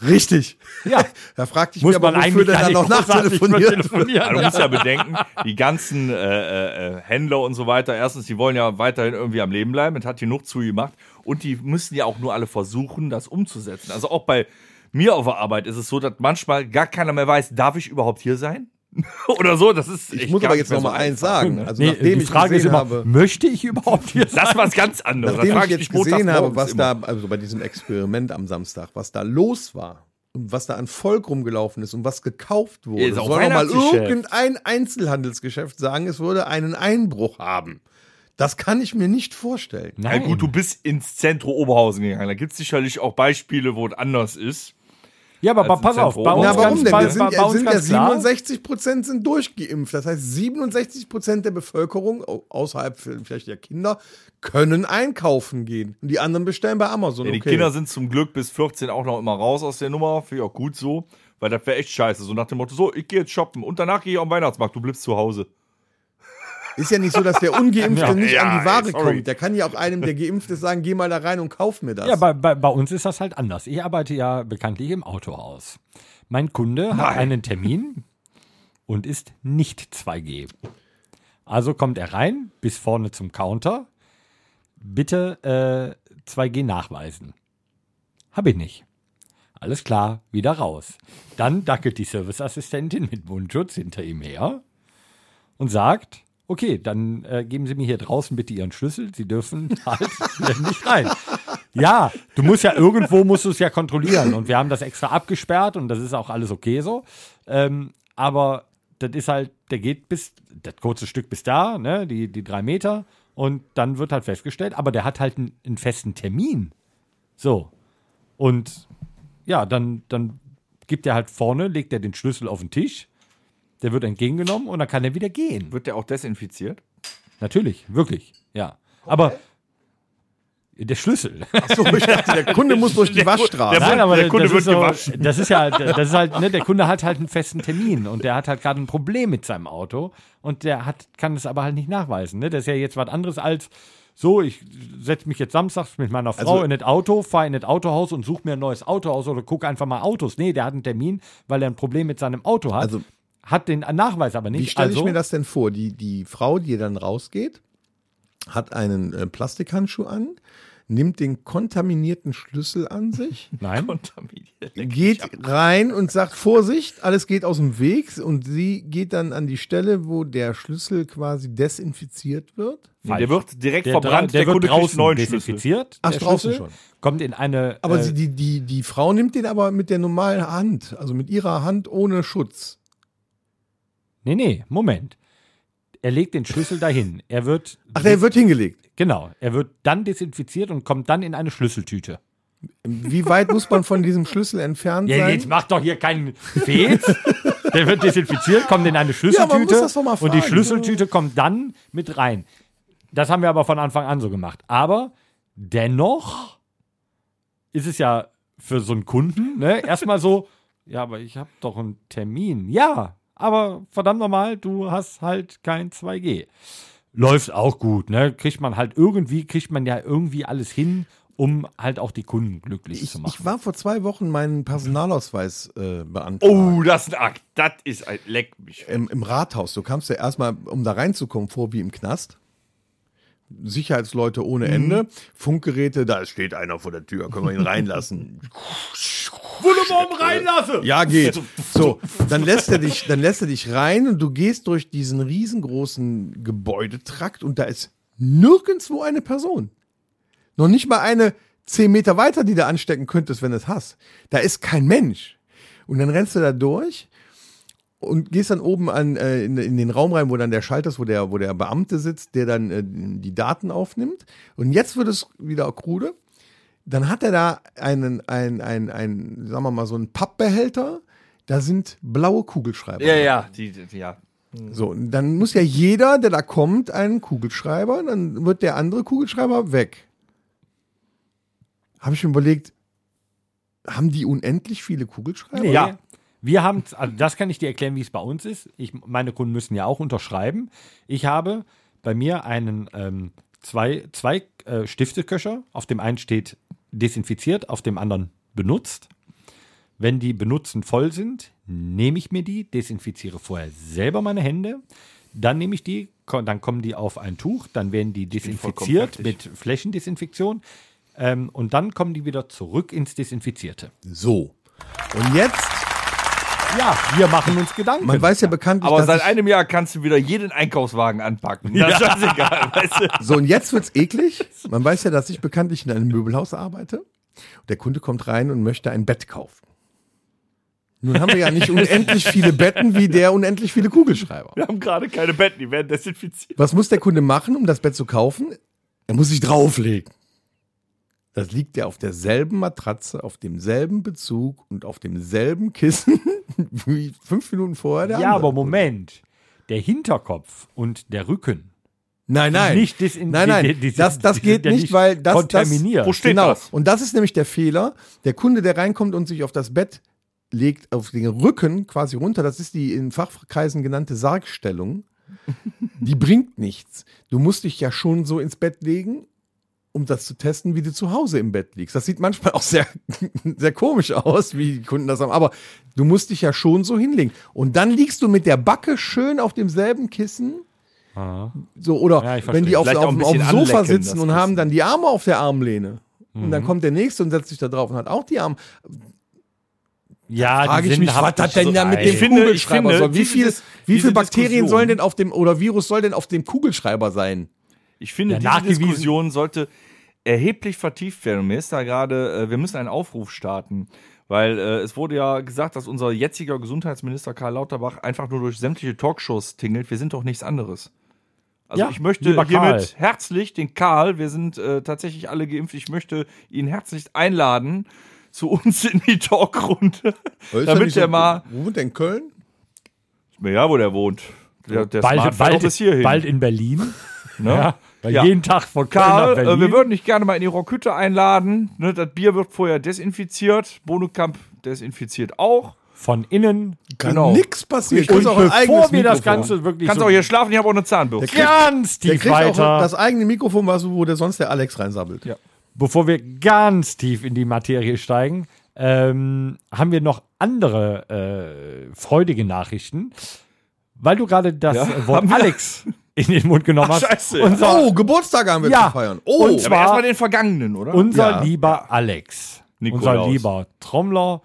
Richtig.
Ja.
Da fragte ich
Muss
mich aber,
man eigentlich
wofür denn
gar
dann
nicht
noch
großartig
nachtelefoniert wird.
Ja, du
telefonieren.
musst ja bedenken, die ganzen äh, äh, äh, Händler und so weiter, erstens, die wollen ja weiterhin irgendwie am Leben bleiben, das hat genug zu gemacht. Und die müssen ja auch nur alle versuchen, das umzusetzen. Also auch bei mir auf der Arbeit ist es so, dass manchmal gar keiner mehr weiß, darf ich überhaupt hier sein? Oder so, das ist.
Ich muss
gar
aber
nicht
jetzt
mehr
noch mal
einfach.
eins sagen. Also
Nee,
nachdem
die
ich
Frage ist
gesehen
immer,
habe,
möchte ich überhaupt hier sein?
Das ist was ganz anderes.
Nachdem
das
ich jetzt gesehen habe, was da, also bei diesem Experiment am Samstag, was da los war und was da an Volk rumgelaufen ist und was gekauft wurde,
Ist auch
soll doch mal
Weihnachtsgeschäft.
irgendein Einzelhandelsgeschäft sagen, es würde einen Einbruch haben. Das kann ich mir nicht vorstellen.
Na gut, du bist ins Zentrum Oberhausen gegangen. Da gibt es sicherlich auch Beispiele, wo es anders ist.
Ja, aber,
als
Also
ein
pass auf,
Zentrum.
bei uns
Na, warum
ganz-
denn?
bei-
Wir sind,
bei uns
sind ja
ganz klar.
67 Prozent sind durchgeimpft. Das heißt, 67 Prozent der Bevölkerung, au- außerhalb vielleicht der Kinder, können einkaufen gehen. Und die anderen bestellen bei Amazon.
Ja, die
okay.
Kinder sind zum Glück bis 14 auch noch immer raus aus der Nummer. Finde ich auch gut so. Weil das wäre echt scheiße. So nach dem Motto, so, ich gehe jetzt shoppen und danach gehe ich auf den Weihnachtsmarkt. Du bleibst zu Hause.
ist ja nicht so, dass der Ungeimpfte nicht
Ja,
an die Ware
sorry.
kommt. Der kann ja auch einem, der geimpft ist, sagen, geh mal da rein und kauf mir das.
Ja, bei, bei, bei uns ist das halt anders. Ich arbeite ja bekanntlich im Autohaus. Mein Kunde hat einen Termin und ist nicht 2G. Also kommt er rein, bis vorne zum Counter. Bitte äh, 2G nachweisen. Hab ich nicht. Alles klar, wieder raus. Dann dackelt die Serviceassistentin mit Mundschutz hinter ihm her und sagt, okay, dann äh, geben Sie mir hier draußen bitte Ihren Schlüssel. Sie dürfen halt nicht rein. Ja, du musst ja irgendwo musst du es ja kontrollieren und wir haben das extra abgesperrt und das ist auch alles okay so. Ähm, aber das ist halt, der geht bis das kurze Stück bis da, ne, die die drei Meter und dann wird halt festgestellt, aber der hat halt einen, einen festen Termin. So und ja, dann dann gibt er halt vorne, legt er den Schlüssel auf den Tisch, der wird entgegengenommen und dann kann er wieder gehen.
Wird der auch desinfiziert?
Natürlich, wirklich, ja. Aber der Schlüssel.
So, ich dachte, der Kunde muss durch die Waschstraße.
der- Nein, aber Kunde
das
wird
ist so,
gewaschen.
Das ist ja, das ist halt, ne, der Kunde hat halt einen festen Termin und der hat halt gerade ein Problem mit seinem Auto und der hat, kann es aber halt nicht nachweisen. Ne? Das ist ja jetzt was anderes als so, ich setze mich jetzt samstags mit meiner Frau
Also-
in das Auto, fahre in das Autohaus und suche mir ein neues Auto aus oder gucke einfach mal Autos. Nee, der hat einen Termin, weil er ein Problem mit seinem Auto hat.
Also-
hat den Nachweis aber nicht.
Wie stelle
also,
ich mir das denn vor? Die, die Frau, die dann rausgeht, hat einen äh, Plastikhandschuh an, nimmt den kontaminierten Schlüssel an sich,
Nein.
geht rein und sagt, Vorsicht, alles geht aus dem Weg. Und sie geht dann an die Stelle, wo der Schlüssel quasi desinfiziert wird.
Nee, der wird direkt
Der,
verbrannt.
der,
der
wird
Kunde kriegt
draußen
einen neuen Schlüssel.
desinfiziert.
Ach,
der
draußen
Schlüssel
schon.
Kommt in eine.
Aber
äh,
sie, die, die, die Frau nimmt den aber mit der normalen Hand, also mit ihrer Hand ohne Schutz.
nee, nee, Moment. Er legt den Schlüssel dahin. Er wird.
Ach, der wird hingelegt.
genau. Er wird dann desinfiziert und kommt dann in eine Schlüsseltüte.
Wie weit muss man von diesem Schlüssel entfernt
Ja,
sein?
jetzt mach doch hier keinen Fetz. der wird desinfiziert, kommt in eine
Ja, aber man muss
Schlüsseltüte.
das doch mal
und die
fragen.
Schlüsseltüte kommt dann mit rein. Das haben wir aber von Anfang an so gemacht. Aber dennoch ist es ja für so einen Kunden ne, erstmal so, ja, aber ich habe doch einen Termin. Ja, aber verdammt nochmal, du hast halt kein 2G. Läuft auch gut, ne? Kriegt man halt irgendwie, kriegt man ja irgendwie alles hin, um halt auch die Kunden glücklich
Ich,
zu machen.
ich war vor zwei Wochen meinen Personalausweis äh, beantragt.
Oh, das ist ein Akt. Das ist ein Leck mich.
Im, Im Rathaus. Du kamst ja erstmal, um da reinzukommen, vor wie im Knast. Sicherheitsleute ohne Ende. Funkgeräte, da steht einer vor der Tür, können wir ihn reinlassen.
Warum reinlasse?
Ja, geht. So, dann lässt er dich, dann lässt er dich rein und du gehst durch diesen riesengroßen Gebäudetrakt und da ist nirgendwo eine Person. Noch nicht mal eine zehn Meter weiter, die du anstecken könntest, wenn du es hast. Da ist kein Mensch. Und dann rennst du da durch und gehst dann oben an, äh, in, in den Raum rein, wo dann der Schalter ist, wo der, wo der Beamte sitzt, der dann äh, die Daten aufnimmt. Und jetzt wird es wieder krude dann hat er da einen, einen, einen, einen, sagen wir mal, so einen Pappbehälter. Da sind blaue Kugelschreiber.
Ja, ja. Die, die, ja.
So, und dann muss ja jeder, der da kommt, einen Kugelschreiber. Dann wird der andere Kugelschreiber weg. Habe ich mir überlegt, haben die unendlich viele Kugelschreiber?
Nee. Ja. Wir haben, also das kann ich dir erklären, wie es bei uns ist. Ich, meine Kunden müssen ja auch unterschreiben. Ich habe bei mir einen ähm, zwei, zwei äh, Stifteköcher. Auf dem einen steht desinfiziert, auf dem anderen benutzt. Wenn die benutzen voll sind, nehme ich mir die, desinfiziere vorher selber meine Hände. Dann nehme ich die, ko- dann kommen die auf ein Tuch, dann werden die desinfiziert mit Flächendesinfektion. Ähm, und dann kommen die wieder zurück ins Desinfizierte.
So. Und jetzt,
Ja, wir machen uns Gedanken.
man weiß ja bekanntlich,
Genau. Aber
dass
seit
ich-
einem Jahr kannst du wieder jeden Einkaufswagen anpacken. Das ist scheißegal, weißt du?
So, und jetzt wird's eklig. Man weiß ja, dass ich bekanntlich in einem Möbelhaus arbeite. Und der Kunde kommt rein und möchte ein Bett kaufen. Nun haben wir ja nicht unendlich viele Betten wie der unendlich viele Kugelschreiber.
Wir haben gerade keine Betten, die werden desinfiziert.
Was muss der Kunde machen, um das Bett zu kaufen? Er muss sich drauflegen. Das liegt ja auf derselben Matratze, auf demselben Bezug und auf demselben Kissen wie fünf Minuten vorher der
Ja,
andere.
aber Moment. Der Hinterkopf und der Rücken.
Nein, nein.
Nicht disin-
nein, nein.
die- die- die-
das das
die
geht
sind ja
nicht,
nicht
weil das
kontaminiert.
Das,
Wo steht
genau.
das?
Und das ist nämlich der Fehler. Der Kunde, der reinkommt und sich auf das Bett legt, auf den Rücken quasi runter, das ist die in Fachkreisen genannte Sargstellung. Die bringt nichts. Du musst dich ja schon so ins Bett legen, um das zu testen, wie du zu Hause im Bett liegst. Das sieht manchmal auch sehr, sehr komisch aus, wie die Kunden das haben. Aber du musst dich ja schon so hinlegen. Und dann liegst du mit der Backe schön auf demselben Kissen. So, oder
Ja, ich verstehe.
wenn die auf,
Vielleicht
auf,
auch ein
auf dem
bisschen
Sofa
anlecken,
sitzen
das
und haben
Kissen. Mhm.
dann die Arme auf der Armlehne. Und dann kommt der nächste und setzt sich da drauf und hat auch die Arme.
Ja,
Frage ich mich, was hat denn da mit dem
Ich finde- ich
Kugelschreiber
finde,
soll? Wie
diese
viel,
Dis-
wie
diese
viel Bakterien
Diskussion-
sollen denn auf dem, oder Virus soll denn auf dem Kugelschreiber sein?
Ich finde,
Ja,
diese
nachgewiesen.
Diskussion sollte erheblich vertieft werden. Und Mir ist da gerade, äh, wir müssen einen Aufruf starten, weil äh, es wurde ja gesagt, dass unser jetziger Gesundheitsminister Karl Lauterbach einfach nur durch sämtliche Talkshows tingelt. Wir sind doch nichts anderes. Also
Ja,
ich möchte
lieber
hiermit
Karl.
herzlich den Karl, wir sind äh, tatsächlich alle geimpft, ich möchte ihn herzlich einladen zu uns in die Talkrunde, damit er mal,
Wo wohnt denn Köln?
ja, wo der wohnt. Der, der
Bald,
Smart fährt auch
bald,
bis hierhin.
bald in Berlin.
ne?
Ja, weil
Ja.
jeden Tag von Karl,
Karl,
Köln nach
äh,
Berlin.
wir würden dich gerne mal in die Rockhütte einladen. Ne, das Bier wird vorher desinfiziert. Bonekamp desinfiziert auch.
von innen.
Kann
Genau.
nix passieren.
Und
Ist auch ein eigenes
bevor wir das
Mikrofon.
Ganze wirklich
Kannst
so
auch hier schlafen, ich habe auch eine Zahnbürste.
ganz
Der
tief
kriegt
weiter,
auch das eigene Mikrofon, was- wo der sonst der Alex reinsabbelt.
Ja.
bevor wir ganz tief in die Materie steigen, ähm, haben wir noch andere äh, freudige Nachrichten. Weil du gerade das
Ja,
Wort
haben wir-
Alex in den Mund genommen
Ach,
hast.
scheiße, ja.
unser
Oh, Geburtstag haben wir
Ja.
zu feiern. Oh,
Und-
Aber
zwar-
erstmal den Vergangenen, oder?
unser
Ja.
lieber Alex,
Nikolaus.
unser lieber Trommler,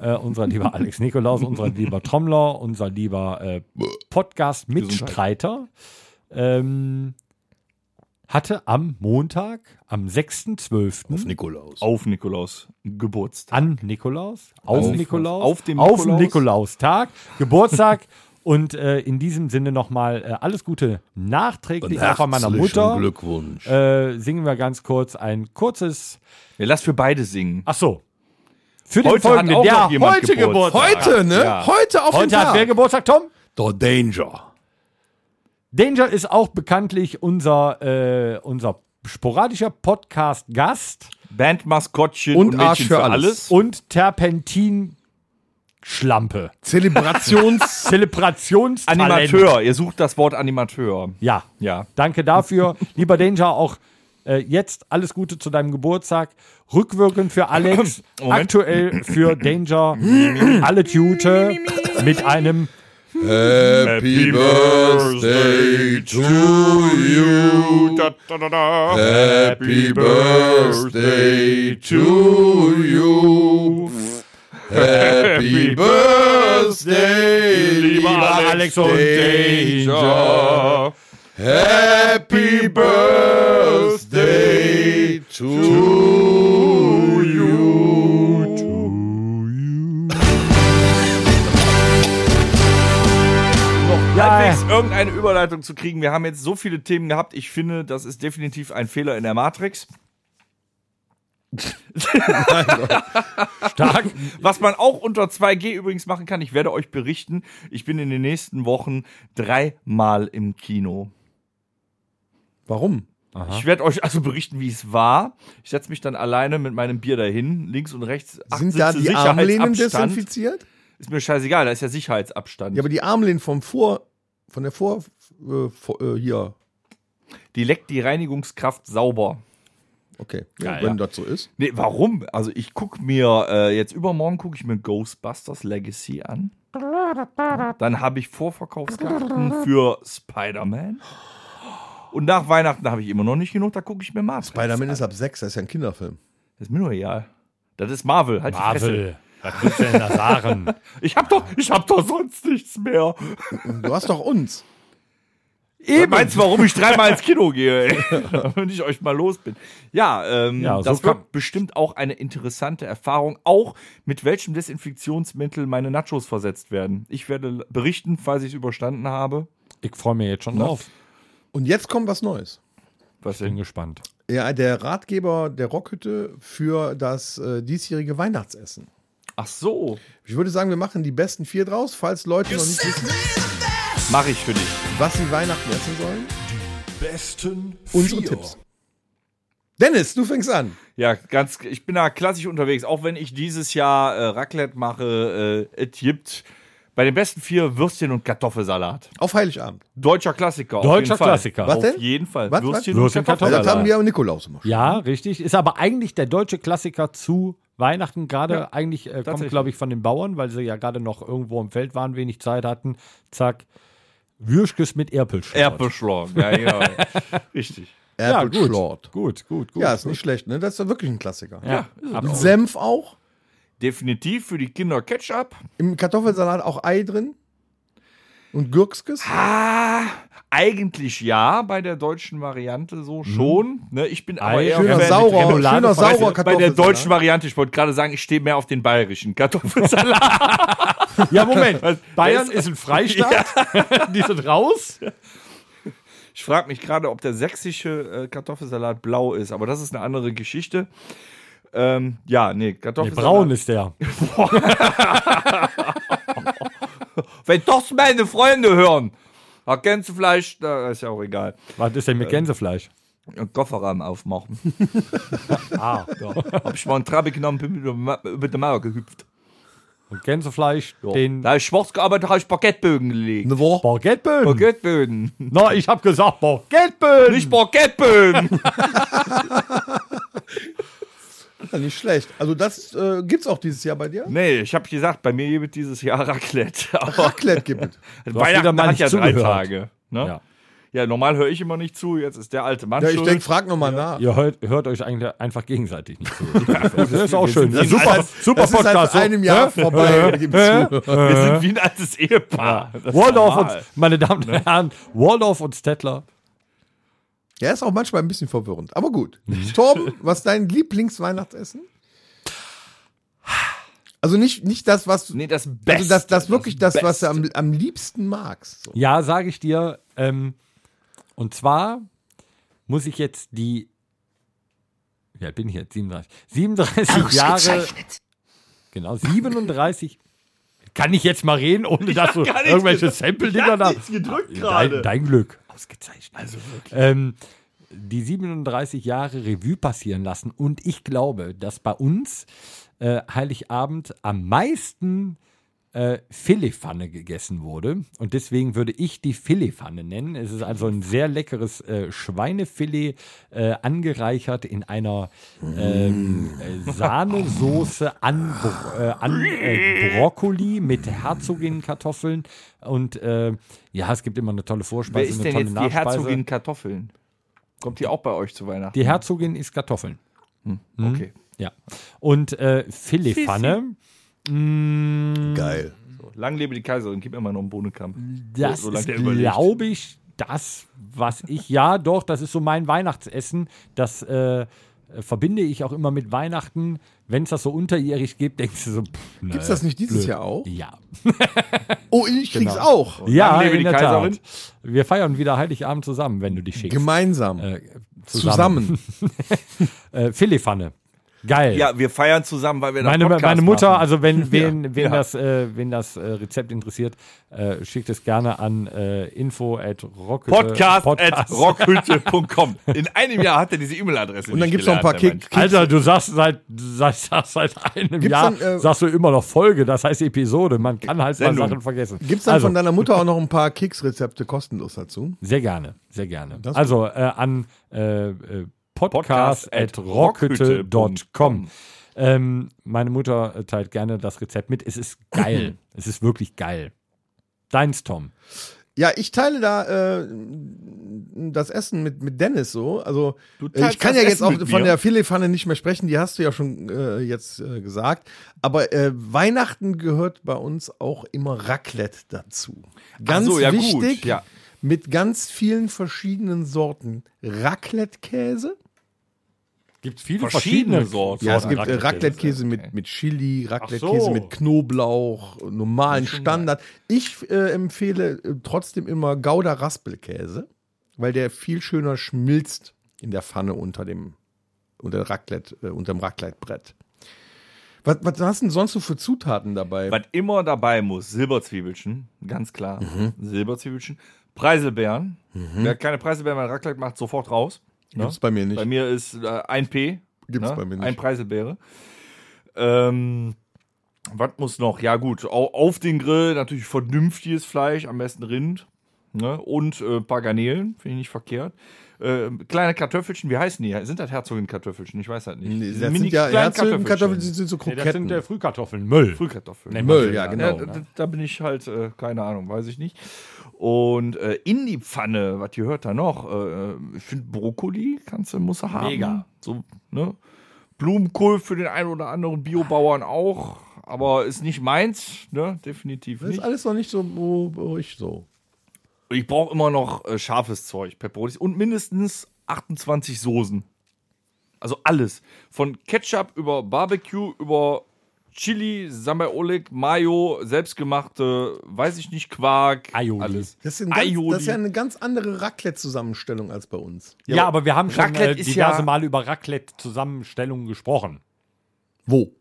äh, unser lieber Alex Nikolaus, unser lieber Trommler, unser lieber äh, Podcast-Mitstreiter, ähm, hatte am Montag, am 6.12.
Nikolaus.
auf Nikolaus Geburtstag.
an Nikolaus, auf
Auf
Nikolaus,
Nikolaus. Auf dem Nikolaus.
Nikolaustag, Geburtstag. Und äh, in diesem Sinne nochmal äh, alles Gute nachträglich auch von meiner Mutter.
Glückwunsch.
Äh, singen wir ganz kurz ein kurzes
Ja, lass für beide singen.
Ach so. Für den
Heute
folgenden,
hat auch
der
noch jemand
heute Geburtstag.
Geburtstag.
Heute, ne?
Ja.
Heute auf
Heute
den
hat wer
Tag.
Geburtstag, Tom?
Der Danger.
Danger ist auch bekanntlich unser, äh, unser sporadischer Podcast-Gast
Bandmaskottchen
Und
und, Mädchen
Arsch für alles.
und Terpentin-Schlampe.
Zelebrations.
Zelebrationstalent.
Animateur, ihr sucht das Wort Animateur.
Ja.
Ja.
Danke dafür. Lieber Danger, auch äh, jetzt alles Gute zu deinem Geburtstag. Rückwirkend für Alex,
Moment.
aktuell für Danger. Alle Tute mit einem
Happy Birthday to you. Happy Birthday to you. Happy Birthday,
lieber Alex und Danger.
Äh, Happy Birthday to you.
halbwegs irgendeine Überleitung zu kriegen. Wir haben jetzt so viele Themen gehabt. Ich finde, das ist definitiv ein Fehler in der Matrix.
Stark.
Was man auch unter 2G übrigens machen kann, ich werde euch berichten, ich bin in den nächsten Wochen dreimal im Kino.
Warum?
Ich werde euch also berichten, wie es war. Ich setze mich dann alleine mit meinem Bier dahin, links und rechts. acht
Sind da
Sitze
die Armlehnen desinfiziert?
Ist mir scheißegal, da ist ja Sicherheitsabstand.
Ja, aber die Armlehnen vom Vor, von der Vor, äh, vor äh, hier,
die leckt die Reinigungskraft sauber.
okay,
Ja,
wenn
ja.
das so ist.
Nee, warum? Also ich gucke mir, äh, jetzt übermorgen gucke ich mir Ghostbusters Legacy an. Dann habe ich Vorverkaufskarten für Spider-Man. Und nach Weihnachten habe ich immer noch nicht genug, da gucke ich mir Matrix
Spider-Man ist ab 6, das ist ja ein Kinderfilm.
Das ist mir nur egal. Das ist Marvel. Halt die Fresse.
Marvel. Was willst du denn da sagen?
Ich hab doch, ich hab doch sonst nichts mehr.
Du hast doch uns.
Eben. Meinst du, warum ich dreimal ins Kino gehe? ey? Wenn ich euch mal los bin. Ja, ähm,
Ja, so
das
kann-
wird bestimmt auch eine interessante Erfahrung. Auch mit welchem Desinfektionsmittel meine Nachos versetzt werden. Ich werde berichten, falls ich es überstanden habe.
Ich freue mich jetzt schon drauf.
Und jetzt kommt was Neues.
Was
Bin
denn?
gespannt.
Ja, der Ratgeber der Rockhütte für das äh, diesjährige Weihnachtsessen.
Ach so,
Ich würde sagen, wir machen die besten vier draus, falls Leute noch nicht wissen,
mache ich für dich.
was sie Weihnachten essen sollen.
Besten
Unsere
vier.
Tipps. Dennis, du fängst an.
Ja, ganz. Ich bin da klassisch unterwegs, auch wenn ich dieses Jahr äh, Raclette mache. Äh, es gibt bei den besten vier Würstchen und Kartoffelsalat.
Auf Heiligabend.
Deutscher Klassiker. auf
Deutscher
jeden Fall.
Klassiker.
Was
auf
denn?
jeden Fall.
Was, was?
Würstchen,
Würstchen
und
und
Ja,
Kartoffelsalat.
das haben wir am Nikolaus immer. schon.
Ja, richtig. Ist aber eigentlich der deutsche Klassiker zu Weihnachten gerade. eigentlich äh, kommt,
tatsächlich.
glaube ich, von den Bauern, weil sie ja gerade noch irgendwo im Feld waren, wenig Zeit hatten. Zack. Würschkes mit Erpelschrot.
Erpeschlorn. Ja, genau. Richtig.
Ja,
Apple
gut.
Schlort.
Gut, gut, gut.
Ja, ist nicht schlecht, ne? Das ist doch wirklich ein Klassiker.
Ja,
Mit
absolut.
Senf auch.
Definitiv für die Kinder Ketchup.
Im Kartoffelsalat auch Ei drin. Und Gürkskes.
Ah, eigentlich ja, bei der deutschen Variante so schon. Ne, ich bin aber
Ei,
eher
Schöner
Fan,
saurer,
Remoulade
schöner
von- weißt
saurer
Bei der
Kartoffelsalat.
deutschen Variante, ich wollte gerade sagen, ich stehe mehr auf den bayerischen Kartoffelsalat.
ja, Moment.
Was-
Bayern
wer ist-
ist ein Freistaat. Die sind raus.
Ich frage mich gerade, ob der sächsische äh, Kartoffelsalat blau ist, aber das ist eine andere Geschichte. Ähm, ja, nee, Kartoffelsalat.
Braun ist der.
Wenn das meine Freunde hören, hat Gänsefleisch, da ist ja auch egal.
Was ist denn mit Gänsefleisch?
Einen Kofferrahmen aufmachen.
Ah, ja.
Hab ich mal einen Trabi genommen, bin über, Ma- über die Mauer gehüpft.
Und Gänsefleisch, den
Da ich schwarz gearbeitet habe, ich Parkettbögen gelegt.
Ne, wo?
Baguetteböden.
Parkettböden.
Na, ich hab gesagt Baguetteböden.
Nicht Parkettböden.
Ja, nicht schlecht. Also das äh, gibt's auch dieses Jahr bei dir.
nee, ich habe gesagt, bei mir gibt dieses Jahr Raclette. Aber
Raclette gibt es.
wieder
Weihnachten
mal
hat
nicht
ja drei
zugehört.
Tage. Ne?
Ja.
Ja, normal höre ich immer nicht zu. Jetzt ist der alte Mann
Ja, ich
schuld.
denke, frag nochmal nach.
Ihr hört, hört euch eigentlich einfach gegenseitig nicht zu. das ist auch schön.
Das ist als- das ist als
so.
einem Jahr vorbei mit dem Zuhören.
Wir sind wie ein altes Ehepaar. Das ist
ne? Waldorf
normal.
und, meine Damen und Herren, Waldorf und Stettler.
Ja, ist auch manchmal ein bisschen verwirrend. Aber gut.
Mhm.
Torben, was ist dein Lieblingsweihnachtsessen? Also nicht, nicht das, was du.
Nee, das Beste.
also das, das wirklich das, was du
Beste.
am, am liebsten magst. So.
Ja, sage ich dir. Ähm, und zwar muss ich jetzt die. Ja, bin ich jetzt 37. 37 Jahre. Genau, 37. Kann ich jetzt mal reden, ohne dass du
gar nichts
irgendwelche
gesagt. Ich
Sample-Dinger
hab
da.
nichts gedrückt gerade.
dein, dein Glück. Ausgezeichnet. Also wirklich. Ähm, die 37 Jahre Revue passieren lassen. Und ich glaube, dass bei uns äh, Heiligabend am meisten äh, Filetpfanne gegessen wurde. Und deswegen würde ich die Filetpfanne nennen. Es ist also ein sehr leckeres äh, Schweinefilet, äh, angereichert in einer ähm, äh, Sahnesoße an, Bro- äh, an äh, Brokkoli mit Herzoginkartoffeln. Und äh, ja, es gibt immer eine tolle
Wer
Vorspeise,
ist
eine
denn
tolle
jetzt die
Nachspeise.
Herzogin Kartoffeln? Kommt die auch bei euch zu Weihnachten?
Die Herzogin ist Kartoffeln.
Okay.
Ja. Und äh, Filetpfanne, Mhm.
Geil.
So, lang lebe die Kaiserin, gib mir mal noch einen Bohnenkampf.
das
solange
ist,
der überlebt.
glaube ich, das, was ich, ja, doch, das ist so mein Weihnachtsessen. Das äh, verbinde ich auch immer mit Weihnachten. Wenn es das so unterjährig gibt, denkst du so, pff, ne,
Gibt's das nicht dieses Jahr auch?
ja. Genau.
Oh, ich krieg's auch.
Ja,
lebe
in
die
der
Kaiserin.
Tat. Wir feiern wieder Heiligabend zusammen, wenn du dich schickst.
Gemeinsam.
äh, zusammen.
zusammen.
Äh, Filetpfanne. Geil.
Ja, wir feiern zusammen, weil wir da
Meine,
Podcast
meine Mutter,
machen.
also wenn, wen, wen
Ja.
das, äh, wen das äh, Rezept interessiert, äh, schickt es gerne an äh, info at rock
Podcast, at rockhütte.com. In einem Jahr hat er diese E-Mail-Adresse.
Und dann
nicht
gibt's noch ein paar
gelernt,
Kick.
Alter, du sagst seit, seit, sagst seit einem
Gibt's
Jahr,
dann, äh,
sagst du immer noch Folge, das heißt Episode. Man kann halt
Sendung.
mal Sachen vergessen.
Gibt's dann
also,
von deiner Mutter auch noch ein paar Keksrezepte kostenlos dazu?
Sehr gerne, sehr gerne.
Das-
also äh, an äh, äh,
Podcast
podcast, at rockhütte.com. Ähm, meine Mutter äh, teilt gerne das Rezept mit. Es ist
Mhm.
geil. es ist wirklich geil. Deins, Tom.
Ja, ich teile da äh, das Essen mit, mit Dennis so. Also
Du
äh,
teilst
ich kann
das
ja jetzt
Essen
auch
mit
von
mir?
der Filetpfanne nicht mehr sprechen, die hast du ja schon äh, jetzt äh, gesagt. Aber äh, Weihnachten gehört bei uns auch immer Raclette dazu. Ganz
so, ja, gut,
wichtig,
ja.
mit ganz vielen verschiedenen Sorten Raclette-Käse.
Gibt viele
Verschiedene Sorten.
Ja, es gibt äh,
Raclette-Käse.
Raclette-Käse mit, mit Chili,
Ach
Raclette-Käse
so.
mit Knoblauch, normalen Standard. Ich äh, empfehle äh, trotzdem immer Gouda-Raspelkäse, weil der viel schöner schmilzt in der Pfanne unter dem unter dem Raclette, äh, unterm Raclettebrett. Was, was hast du denn sonst so für Zutaten dabei?
Was immer dabei muss, Silberzwiebelchen, ganz klar.
Mhm.
Silberzwiebelchen. Preiselbeeren. Wer keine Preiselbeeren bei Raclette macht, sofort raus. Ne?
Gibt's bei mir nicht.
Bei mir ist äh, ein P. ne?
Gibt's bei mir nicht.
Ein Preiselbeere. Ähm, was muss noch? Ja, gut. au- Auf den Grill natürlich vernünftiges Fleisch, am besten Rind. Ne? Und äh, ein paar Garnelen, finde ich nicht verkehrt. Äh, kleine Kartoffelchen, wie heißen die? Sind das Herzogin-Kartoffelchen? Ich weiß das nicht.
Nee, das
Diese
sind ja
mini-kleinen
Herzögen,
Kartoffelchen.
Kartoffeln, die sind so
Nee,
Kroketten.
das sind äh, Frühkartoffeln, Müll.
Frühkartoffeln.
Nennt man
Müll,
sie
ja,
dann,
genau.
ne?
Ja, da, da bin ich halt, äh, keine Ahnung, weiß ich nicht. Und äh, in die Pfanne, was gehört da noch? Äh, ich finde, Brokkoli kannst du, musst du haben.
Mega.
So, ne? Blumenkohl für den einen oder anderen Biobauern auch, aber ist nicht meins, ne? Definitiv
das ist
nicht.
alles noch nicht so wo, wo ich so.
Und ich brauche immer noch äh, scharfes Zeug, Peperonis und mindestens 28 Soßen. Also alles. Von Ketchup über Barbecue, über Chili, Sambal Oleg, Mayo, selbstgemachte, weiß ich nicht, Quark.
Aioli.
Alles.
Das ist, ein ganz,
Aioli.
das ist ja eine ganz andere Raclette-Zusammenstellung als bei uns.
Ja, aber wir haben schon
Raclette
äh,
ist
diverse
ja-
Male über Raclette-Zusammenstellungen gesprochen.
Wo?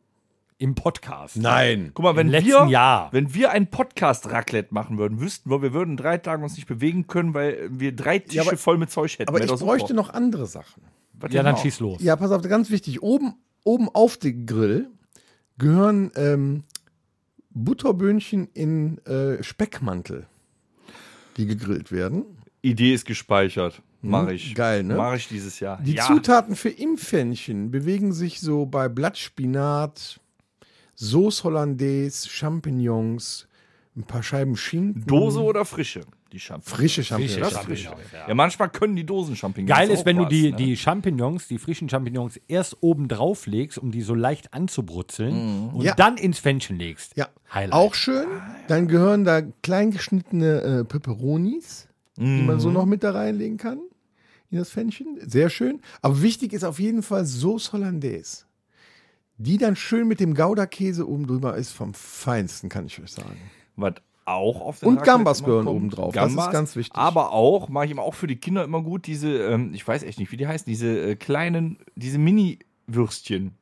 Im Podcast.
Nein.
Guck mal, wenn
Im letzten
wir,
Jahr.
wenn wir einen Podcast-Raclette machen würden, wüssten wir, wir würden drei Tage uns nicht bewegen können, weil wir drei Tische
aber-
voll mit Zeug hätten.
Aber
Wär
ich
doch super.
bräuchte noch andere Sachen.
Was
Ja,
denn
dann
noch?
schieß los.
Ja, pass auf, ganz wichtig. Oben, oben auf den Grill gehören ähm, Butterböhnchen in äh, Speckmantel, die gegrillt werden.
Idee ist gespeichert. Mach
Hm,
ich.
geil, ne?
Mach ich dieses Jahr.
Die
ja.
Zutaten für Impfännchen bewegen sich so bei Blattspinat, Sauce Hollandaise, Champignons, ein paar Scheiben Schinken.
Dose oder frische? Die Champignons.
Frische Champignons.
Das frische. Ja. manchmal können die Dosen Champignons.
Geil
auch
ist, wenn du
was,
die,
ne?
die Champignons, die frischen Champignons, erst oben drauf legst, um die so leicht anzubrutzeln und
Ja.
dann ins Fännchen legst.
Ja,
Highlight.
auch schön. Dann gehören da kleingeschnittene äh, Peperonis, die man so noch mit da reinlegen kann in das Fännchen. Sehr schön. Aber wichtig ist auf jeden Fall Sauce Hollandaise. Die dann schön mit dem Gouda-Käse oben drüber ist, vom Feinsten, kann ich euch sagen.
Was auch auf den
Und
Raclette
Gambas
immer
gehören
kommt.
oben drauf. Das ist ganz wichtig.
Aber auch, mache ich immer auch für die Kinder immer gut, diese, ähm, ich weiß echt nicht, wie die heißen, diese äh, kleinen, diese Mini-Würstchen.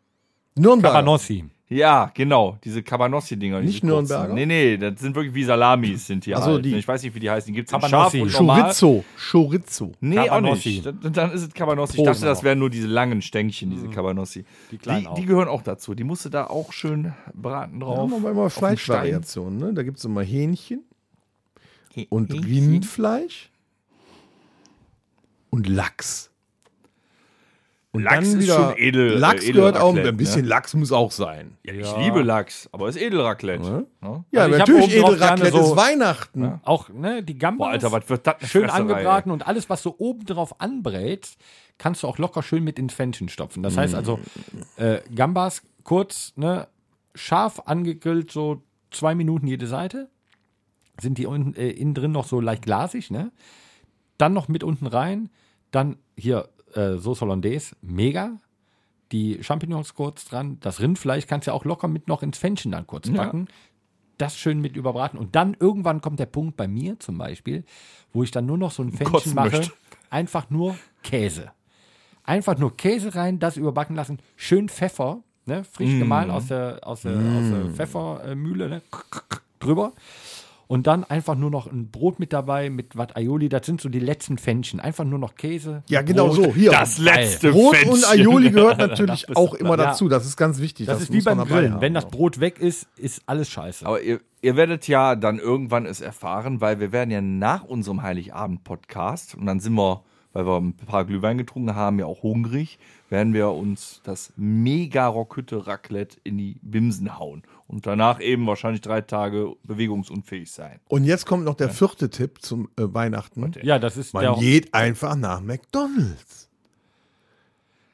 Nürnberg.
Cabanossi.
Ja, genau, diese Cabanossi-Dinger.
Nicht
diese kurzen.
Nürnberger?
Nee, nee, das sind wirklich wie Salamis, sind die
Ach so,
halt.
die.
Ich weiß nicht, wie die heißen. Die gibt es in scharf
Cabanossi.
und normal.
Chorizo. Chorizo.
Nee,
Cabanossi.
auch nicht. Dann, dann ist es Cabanossi. Ich
Posen
dachte, das
auch.
wären nur diese langen Stängchen, diese Cabanossi. Mhm. Die,
kleinen
die,
auch.
gehören auch dazu. Die musst du da auch schön braten
Da
drauf.
haben wir aber immer
auf dem Stein.
Fleischvariationen. Ne? Da gibt es immer Hähnchen und
Hähnchen.
Rindfleisch und Lachs. Und
Lachs ist schon edel, äh, ne?
Lachs
edel
gehört auch
Raclette,
ein bisschen. Lachs muss auch sein.
Ja, ich liebe Lachs, aber ist Edelraclette. Ne?
Ja,
Also ich hab
natürlich
oben drauf
edel Raclette
gerne so-
ist Weihnachten.
Auch ne, die Gambas.
Boah, Alter, was wird das eine
Schön
Fresserei,
angebraten und alles, was du oben drauf anbrätst, kannst du auch locker schön mit ins Fännchen stopfen. Das
Mhm.
heißt also, äh, Gambas kurz, ne, scharf angegrillt, so zwei Minuten jede Seite. Sind die unten, äh, innen drin noch so leicht glasig, ne? Dann noch mit unten rein. Dann hier äh, Sauce Hollandaise, mega. Die Champignons kurz dran. Das Rindfleisch kannst du ja auch locker mit noch ins Fännchen dann kurz packen das schön mit überbraten. Und dann irgendwann kommt der Punkt bei mir zum Beispiel, wo ich dann nur noch so ein Fännchen
Kotzen
mache,
möchte.
einfach nur Käse. Einfach nur Käse rein, das überbacken lassen, schön Pfeffer, ne?
Mm.
frisch gemahlen aus der, aus der, aus der Pfeffermühle, ne? drüber. Und dann einfach nur noch ein Brot mit dabei, mit Wat Aioli, das sind so die letzten Fännchen. Einfach nur noch Käse.
Ja, genau so. Hier.
Das letzte
Brot
Fenster.
und Aioli gehört natürlich auch immer dazu. Das ist ganz wichtig.
Das, ist wie
muss man
beim
dabei
Grillen.
haben. genau.
Wenn das Brot weg ist, ist alles scheiße.
Aber ihr, ihr werdet ja dann irgendwann es erfahren, weil wir werden ja nach unserem Heiligabend-Podcast, und dann sind wir, weil wir ein paar Glühwein getrunken haben, ja auch hungrig, werden wir uns das mega Rockhütte Raclette in die Bimsen hauen. Und danach eben wahrscheinlich drei Tage bewegungsunfähig sein.
und jetzt kommt noch der vierte Tipp zum äh, Weihnachten.
ja, das ist
Man
der.
geht einfach nach McDonalds.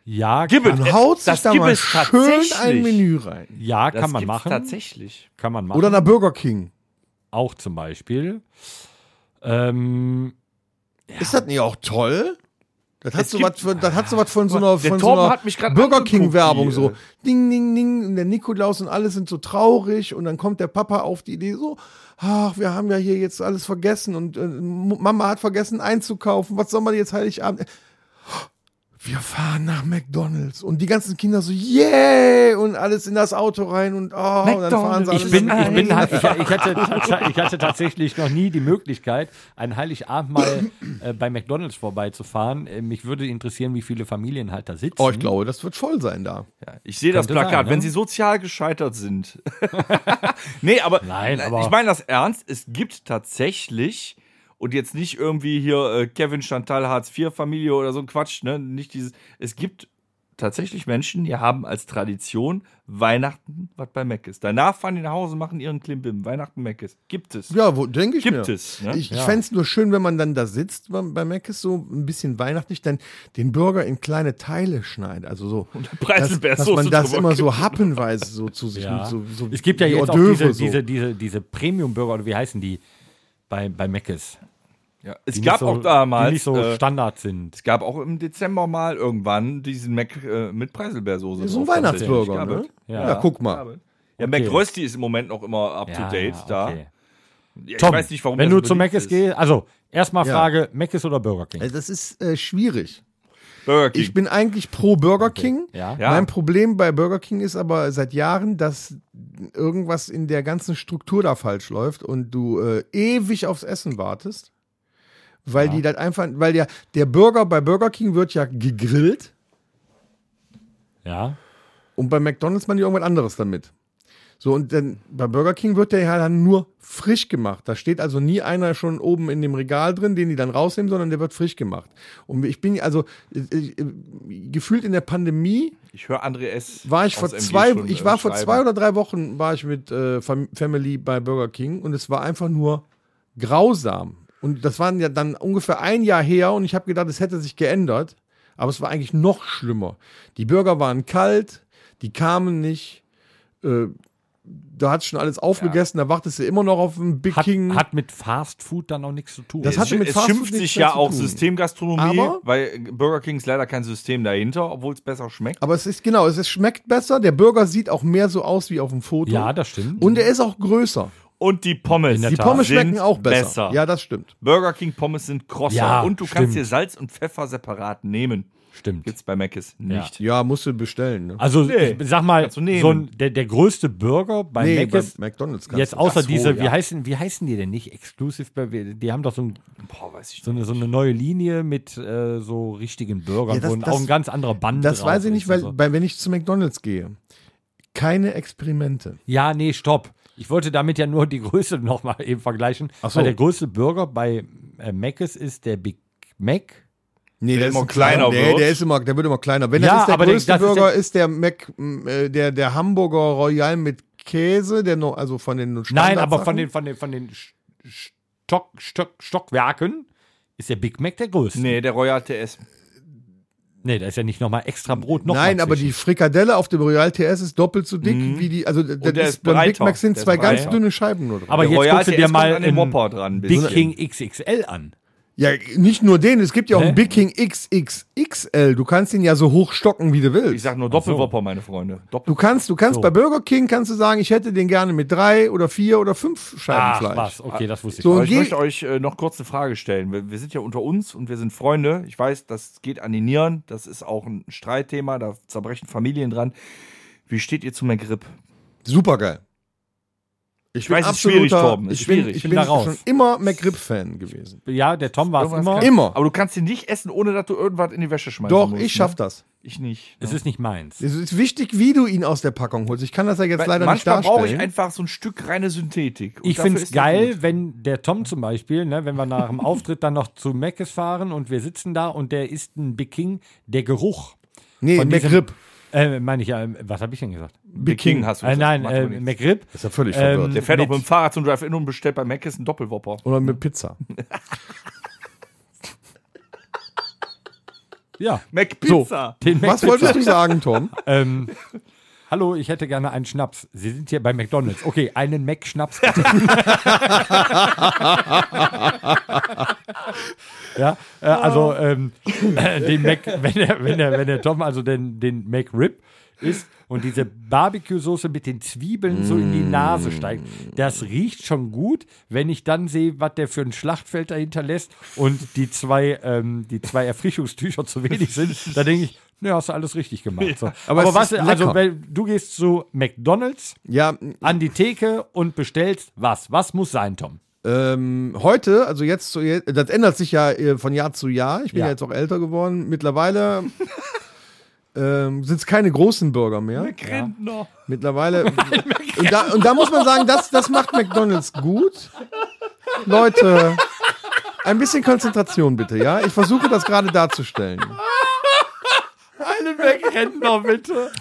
ja,
Gibbet.
kann,
Man haut sich
Äh, das
da
gibt
mal
es
schön
tatsächlich.
ein Menü rein.
ja, kann
Das
man
gibt's
machen.
Tatsächlich.
Kann man machen.
Oder nach Burger King.
auch zum Beispiel. Ähm,
Ist das nicht auch toll? Das hat
Es
so
gibt- Ah,
was von, das hat so was von so einer,
Der
von so
Torben
einer
hat mich grad
Burger
angeguckt,
King Werbung
die,
so.
äh,
Ding, ding, ding. Und der Nikolaus und alle sind so traurig und dann kommt der Papa auf die Idee so, ach, wir haben ja hier jetzt alles vergessen und äh, Mama hat vergessen einzukaufen. Was soll man jetzt Heiligabend? wir fahren nach McDonalds. Und die ganzen Kinder so, yay! Yeah! Und alles in das Auto rein und oh, und dann fahren sie alles
Ich bin,
nach
ich bin,
McDonald's.
ich, ich, hatte, tats- ich hatte tatsächlich noch nie die Möglichkeit, einen Heiligabend mal äh, bei McDonalds vorbeizufahren. Äh, mich würde interessieren, wie viele Familien halt da sitzen.
Oh, ich glaube, das wird voll sein da.
Ich sehe das
Könnte
Plakat,
sein, ne?
wenn sie sozial gescheitert sind. nee, aber,
Nein, aber-
ich meine das ernst, es gibt tatsächlich und jetzt nicht irgendwie hier äh, Kevin Chantal Hartz IV Familie oder so ein Quatsch, ne, nicht dieses es gibt tatsächlich Menschen, die haben als Tradition Weihnachten was bei Mac ist. Danach fahren die nach Hause und machen ihren Klimbim, Weihnachten Mac ist. Gibt es.
Ja, wo denke ich mir.
gibt es, ne?
Ich, ich fänd's nur schön, wenn man dann da sitzt bei, bei Mc's so ein bisschen weihnachtlich, dann den Burger in kleine Teile schneidet. Also so, dass,
Preiselbeersoße
dass man das
drüber
immer so
kippt.
happenweise so zu sich
Ja.
nimmt. So, so
es gibt ja
wie
jetzt
Hors
auch diese,
d'oeuvre so.
diese, diese, diese Premium-Burger, oder wie heißen die, bei, bei Meckes.
ja. Es gab auch
Die
damals
nicht so
äh,
Standard sind.
Es gab auch im Dezember mal irgendwann diesen Mac äh, mit Preiselbeersoße.
so ein
drauf,
Weihnachtsburger, ne?
tatsächlich. Gab es.
Ja.
Ja.
guck mal.
Ja,
Okay.
McRösti ist im Moment noch immer up to date da.
okay.
Ja, ich
Tom,
weiß nicht, warum
wenn
der
du
so
zu
beliebt
Meckes
ist.
gehst, also erstmal
Ja.
Frage, Meckes oder Burger King?
Also Das ist äh, schwierig.
Burger King.
Ich bin eigentlich pro Burger King.
Ja.
Ja.
Mein Problem bei Burger King ist aber seit Jahren, dass irgendwas in der ganzen Struktur da falsch läuft und du äh, ewig aufs Essen wartest. Weil die das einfach, weil der, der Burger bei Burger King wird ja gegrillt
Ja.
und bei McDonalds machen die irgendwas anderes damit. So, und dann bei Burger King wird der ja dann nur frisch gemacht. Da steht also nie einer schon oben in dem Regal drin, den die dann rausnehmen, sondern der wird frisch gemacht. Und ich bin also äh, äh, gefühlt in der Pandemie
Ich höre André S.
war ich vor
aus MG
zwei,
schon,
ich
äh,
war vor
schreiben.
zwei oder drei Wochen war ich mit äh, Fam- Family bei Burger King und es war einfach nur grausam. Und das waren ja dann ungefähr ein Jahr her und ich habe gedacht, es hätte sich geändert, aber es war eigentlich noch schlimmer. Die Burger waren kalt, die kamen nicht. Äh, da hat schon alles aufgegessen, da wartest du immer noch auf einen Big
Hat,
King.
hat mit Fast Food dann auch nichts zu tun.
Das
Es,
hatte mit
es
Fast Food
schimpft
nichts
sich
mehr
ja
zu
auch
tun.
Systemgastronomie,
Aber-
weil Burger King ist leider kein System dahinter, obwohl es besser schmeckt.
aber es ist genau, es ist, schmeckt besser, der Burger sieht auch mehr so aus wie auf dem Foto.
ja, das stimmt.
und er ist auch größer.
Und die Pommes.
der
Die
Tat.
Pommes
sind
schmecken auch besser.
besser.
Ja, das stimmt.
Burger King Pommes sind krosser.
Ja,
und du
stimmt.
kannst dir Salz und Pfeffer separat nehmen.
stimmt.
Gibt's bei Mc's nicht.
Ja, musst du bestellen. Ne?
Also
Nee,
ich sag mal,
kannst du nehmen.
so ein, der, der größte Burger bei
Nee,
Meckes,
bei McDonalds kannst
jetzt
du.
außer
Ach so,
diese, wie,
ja.
heißen, wie heißen die denn nicht? Exclusive Burger, die haben doch so, ein,
Boah, Oh, weiß ich
so, eine, so eine neue Linie mit äh, so richtigen Burgern,
Ja, das-
wo ein-
das-
auch also ein ganz anderer Band
Das
drauf
weiß ich nicht,
ist
weil,
und so.
weil wenn ich zu McDonalds gehe, keine Experimente.
Ja, nee, stopp. Ich wollte damit ja nur die Größe nochmal eben vergleichen.
Ach so.
Weil der größte Burger bei äh, Mc's ist der Big Mac.
Nee, der,
ist immer kleiner
Nee,
wird.
der ist immer, der wird immer kleiner. Wenn
Ja,
das ist der
aber der-
größte
das ist
Burger
der-
ist der Mac, m, äh, der, der Hamburger Royal mit Käse, der noch, also von den
Nein,
Standardsachen.
aber von den, von den, von den Sch- Stock, Stock, Stockwerken ist der Big Mac der größte.
Nee, der Royal TS.
Nee, da ist ja nicht nochmal extra Brot noch
Nein,
mal
aber die
zwischen.
Frikadelle auf dem Royal TS ist doppelt so dick wie die, also das
Mhm. der ist
beim Big
breiter.
Mac sind
Der ist
zwei ganz
breiter.
dünne Scheiben nur drauf.
aber
der
jetzt
Royal
guckst du
TS
dir mal
kommt an den
einen
Whopper dran ein
Big
bisschen.
King XXL an.
Ja, nicht nur den, es gibt ja auch
Hä?
einen Big King XXXL. Du kannst ihn ja so hoch stocken, wie du willst.
Ich sag nur Doppelwopper, meine Freunde. Doppel
Du kannst, du kannst bei Burger King kannst du sagen, ich hätte den gerne mit drei oder vier oder fünf Scheiben
Ach,
Fleisch.
was, okay, das wusste ich.
So,
Aber
und
ich
geh-
möchte euch äh, noch kurz eine Frage stellen. Wir, wir sind ja unter uns und wir sind Freunde. Ich weiß, das geht an die Nieren. Das ist auch ein Streitthema. Da zerbrechen Familien dran. Wie steht ihr zu McRib?
Super geil. Ich
weiß, es ist schwierig, Torben, es ist
Ich bin,
schwierig.
ich
Ich bin
bin
da raus.
schon immer McRib-Fan gewesen.
Ja, der Tom war es immer.
Immer.
Aber du kannst ihn nicht essen, ohne dass du irgendwas in die Wäsche schmeißt.
Doch, ich schaff das.
Ich nicht.
Es ist nicht meins.
ne? Es ist wichtig, wie du ihn aus der Packung holst. Ich kann das ja jetzt leider nicht
Manchmal brauche ich
darstellen.
einfach so ein Stück reine Synthetik. Und
Ich
dafür
finde es
ist das
geil,
gut.
wenn der Tom zum Beispiel, ne, wenn wir nach dem Auftritt dann noch zu Meckes fahren und wir sitzen da und der isst ein Big King, der Geruch.
Nee,
von diesem-
McRib.
Äh, meine ich ja, ähm, was habe ich denn gesagt?
Big King hast du
Äh,
gesagt.
nein,
Macht aber
äh,
nichts.
McRib.
Ist ja völlig
Ähm,
verwirrt.
Der fährt auch
mit-
mit dem Fahrrad zum Drive-In und bestellt bei Mc's einen Doppelwopper.
Oder mit Pizza.
Ja.
McPizza.
Den
Was wolltest du sagen, Tom?
Ähm, Hallo, ich hätte gerne einen Schnaps. Sie sind hier bei McDonalds. Okay, einen Mac-Schnaps. ja, äh, also ähm, den Mac, wenn der, wenn der, wenn der Tom also den, den Mac Rib isst und diese Barbecue-Soße mit den Zwiebeln so in die Nase steigt, das riecht schon gut, wenn ich dann sehe, was der für ein Schlachtfeld dahinter lässt und die zwei, ähm, die zwei Erfrischungstücher zu wenig sind, da denke ich, ja, hast du alles richtig gemacht. So. Aber,
es
was,
ist
also
lecker.
wenn, du gehst zu McDonalds
Ja,
an die Theke und bestellst was? Was muss sein, Tom?
ähm, heute, also jetzt, zu, je- das ändert sich ja äh, von Jahr zu Jahr. Ich bin
Ja.
ja, jetzt auch älter geworden. Mittlerweile ähm, sind es keine großen Burger mehr.
Grindner.
Mittlerweile. und, da, und da muss man sagen, das, das macht McDonalds gut. Leute, ein bisschen Konzentration bitte, ja? Ich versuche das gerade darzustellen.
Alle Wegrentner, bitte.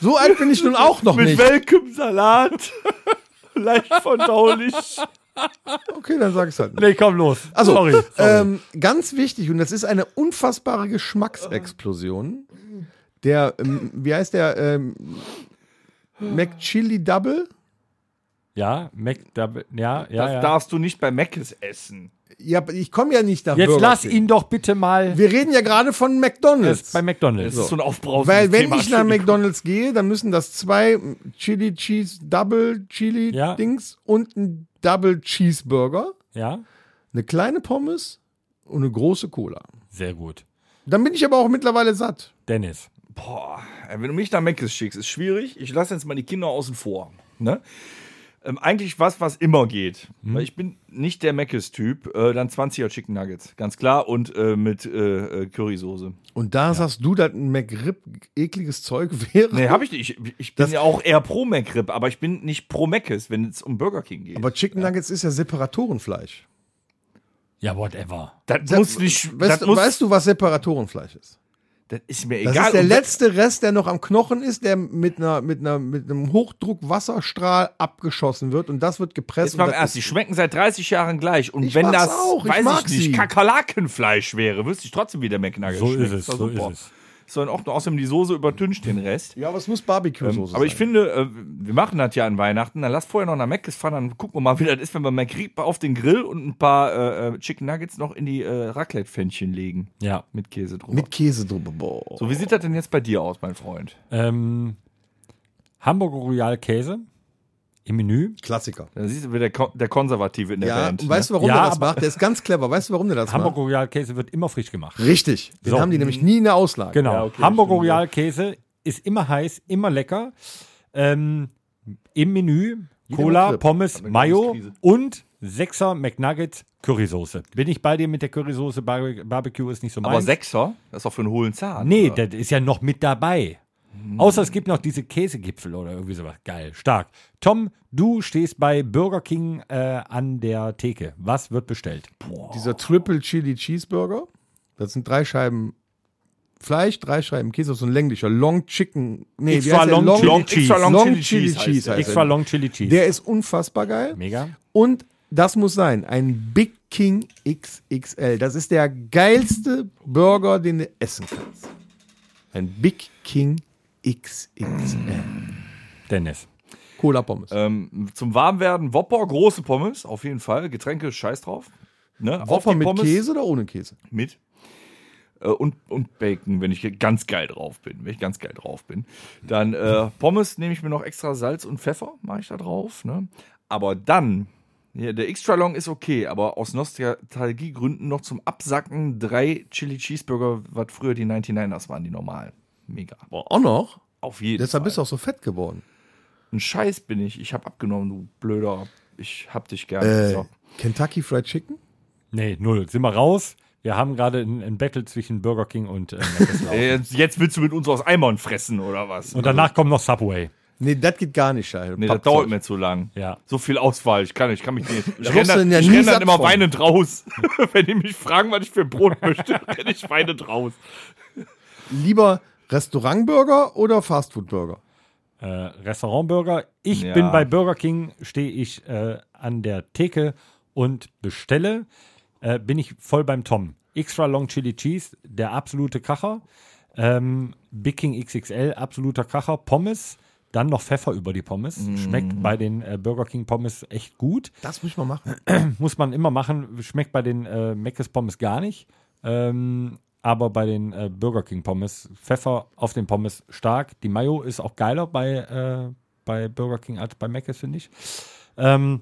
So alt bin ich nun auch noch
Mit
nicht.
welchem Salat? Leicht verdaulich.
Okay, dann sag ich's halt nicht.
Nee, komm los.
Also,
sorry.
Ähm, ganz wichtig, und das ist eine unfassbare Geschmacksexplosion. Der, ähm, wie heißt der? Ähm, McChili Double?
ja, Mac, Double- ja, ja.
Das
ja.
darfst du nicht bei Mc's essen.
Ja, ich komme ja nicht nach
Jetzt
Burger
lass
King.
ihn doch bitte mal
Wir reden ja gerade von
das
McDonalds.
bei McDonalds.
Das ist so ein Aufbrausen.
Weil wenn ich nach McDonalds gehe, dann müssen das zwei Chili Cheese Double Chili
Ja.
Dings und ein Double Cheeseburger,
Ja,
eine kleine Pommes und eine große Cola.
sehr gut.
Dann bin ich aber auch mittlerweile satt.
Dennis.
Boah, ey, wenn du mich nach Mc's schickst, ist schwierig. Ich lasse jetzt mal die Kinder außen vor. Ne? Ähm, eigentlich was, was immer geht.
Mhm.
Weil ich bin nicht der Mc's-Typ. Äh, dann 20er Chicken Nuggets, ganz klar. Und äh, mit äh, äh, Currysoße.
Und da sagst du, dass ein McRib ekliges Zeug wäre.
Nee, habe ich nicht. Ich, ich bin ja auch eher pro McRib, aber ich bin nicht pro Mc's, wenn es um Burger King geht.
aber Chicken Nuggets ist ja Separatorenfleisch.
Ja, whatever.
das, muss nicht.
Weißt,
das, muss,
weißt du, was Separatorenfleisch ist?
das ist mir
Das
egal. um
ist der
Und wenn-
letzte Rest, der noch am Knochen ist, der mit, einer, mit, einer, mit einem Hochdruckwasserstrahl abgeschossen wird und das wird gepresst.
Jetzt mal
und
im
das
Ernst,
ist-
die schmecken seit 30 Jahren gleich. Und
Ich
wenn
mag's
das,
auch, ich
weiß
mag
ich nicht,
sie.
Kakerlakenfleisch wäre, wüsste ich trotzdem, wie der McNugget
So
schmeckt.
ist es,
doch
so
super.
ist es.
Ist doch in Ordnung, außerdem die Soße übertüncht den Rest.
ja, aber es muss Barbecue-Soße
Aber ich
sein.
finde, äh, wir machen das ja an Weihnachten, dann lass vorher noch nach Mc's fahren, dann gucken wir mal, wie das ist, wenn wir McRib auf den Grill und ein paar äh, äh, Chicken Nuggets noch in die äh, Raclette-Pfännchen legen.
Ja.
Mit Käse drüber.
Mit Käse drüber. Boah.
so, wie sieht das denn jetzt bei dir aus, mein Freund?
Ähm, Hamburger Royal Käse im Menü.
Klassiker.
Da siehst du wieder der, Ko der Konservative in der
Ja,
Band. ne?
und weißt du, warum
Ja,
der das
aber-
macht? Der ist ganz clever. Weißt du, warum der das
Hamburger
macht?
Royal Käse wird immer frisch gemacht.
Richtig. Den
So.
haben die nämlich nie in der Auslage.
Genau.
Ja, okay,
Hamburger
stimmt, ja.
Royal Käse ist immer heiß, immer lecker. Ähm, Im Menü Cola,
Trip.
Pommes, Mayo
Lebenskrise.
und Sechser McNuggets Currysoße. Bin ich bei dir mit der Currysoße? Barbe- Barbecue ist nicht so meins.
Aber Sechser, das ist doch für einen hohlen Zahn.
Nee,
oder?
das ist ja noch mit dabei. Außer es gibt noch diese Käsegipfel oder irgendwie sowas. Geil, stark. Tom, du stehst bei Burger King äh, an der Theke. Was wird bestellt?
Dieser Triple Chili Cheeseburger. Das sind drei Scheiben Fleisch, drei Scheiben Käse, so ein länglicher Long Chicken. Nee,
Extra
der?
long Chili-
long,
extra long
long
Chili
Chili,
Cheese
Cheese.
heißt
heißt
der.
der.
Extra Long Chili Cheese.
Der ist unfassbar geil.
Mega.
Und das muss sein, ein Big King XXL. Das ist der geilste Burger, den du essen kannst. Ein Big King XXL.
Dennis.
Cola Pommes.
Ähm, zum Warmwerden Wopper, große Pommes, auf jeden Fall. Getränke, scheiß drauf. Ne? auf
Wopper
die
mit
Pommes.
Käse oder ohne Käse?
Mit. Äh, Und, und Bacon, wenn ich hier ganz geil drauf bin. Wenn ich ganz geil drauf bin. Dann äh, Pommes nehme ich mir noch extra Salz und Pfeffer, mache ich da drauf. Ne? Aber dann, ja, der Extra Long ist okay, aber aus Nostalgiegründen noch zum Absacken drei Chili Cheeseburger, was früher die 99ers waren, die normalen. Mega. Boah,
Auch noch.
auf jeden
Deshalb
Fall.
bist du auch so fett geworden.
Ein Scheiß bin ich. Ich habe abgenommen, du blöder. Ich hab dich gern.
Äh,
So.
Kentucky Fried Chicken?
Nee, null. Sind wir raus? Wir haben gerade ein, ein Battle zwischen Burger King und äh, McDonald's.
Äh, Jetzt, jetzt willst du mit uns aus Eimern fressen oder was?
Und danach kommt noch Subway.
Nee, das geht gar nicht, Scheiße.
nee, das dauert mir zu lang.
Ja.
So viel Auswahl, ich kann nicht, ich kann mich nicht.
wirst
Ich
du
renne
denn ja
ich
nie
renn dann
satt
immer
von.
weinend raus. Wenn die mich fragen, was ich für ein Brot möchte, renne ich weinend raus.
Lieber Restaurantburger oder Fastfoodburger?
Äh, Restaurantburger. Ich
Ja.
bin bei Burger King, stehe ich äh, an der Theke und bestelle. Äh, bin ich voll beim Tom. Extra Long Chili Cheese, der absolute Kacher. Ähm, Big King XXL, absoluter Kacher. Pommes, Dann noch Pfeffer über die Pommes. Schmeckt bei den äh, Burger King Pommes echt gut.
Das müssen wir machen.
Muss man immer machen. Schmeckt bei den äh, Mc's Pommes gar nicht. Ähm, aber bei den äh, Burger King Pommes, Pfeffer auf den Pommes stark. Die Mayo ist auch geiler bei, äh, bei Burger King als bei Mc's, finde ich. Ähm,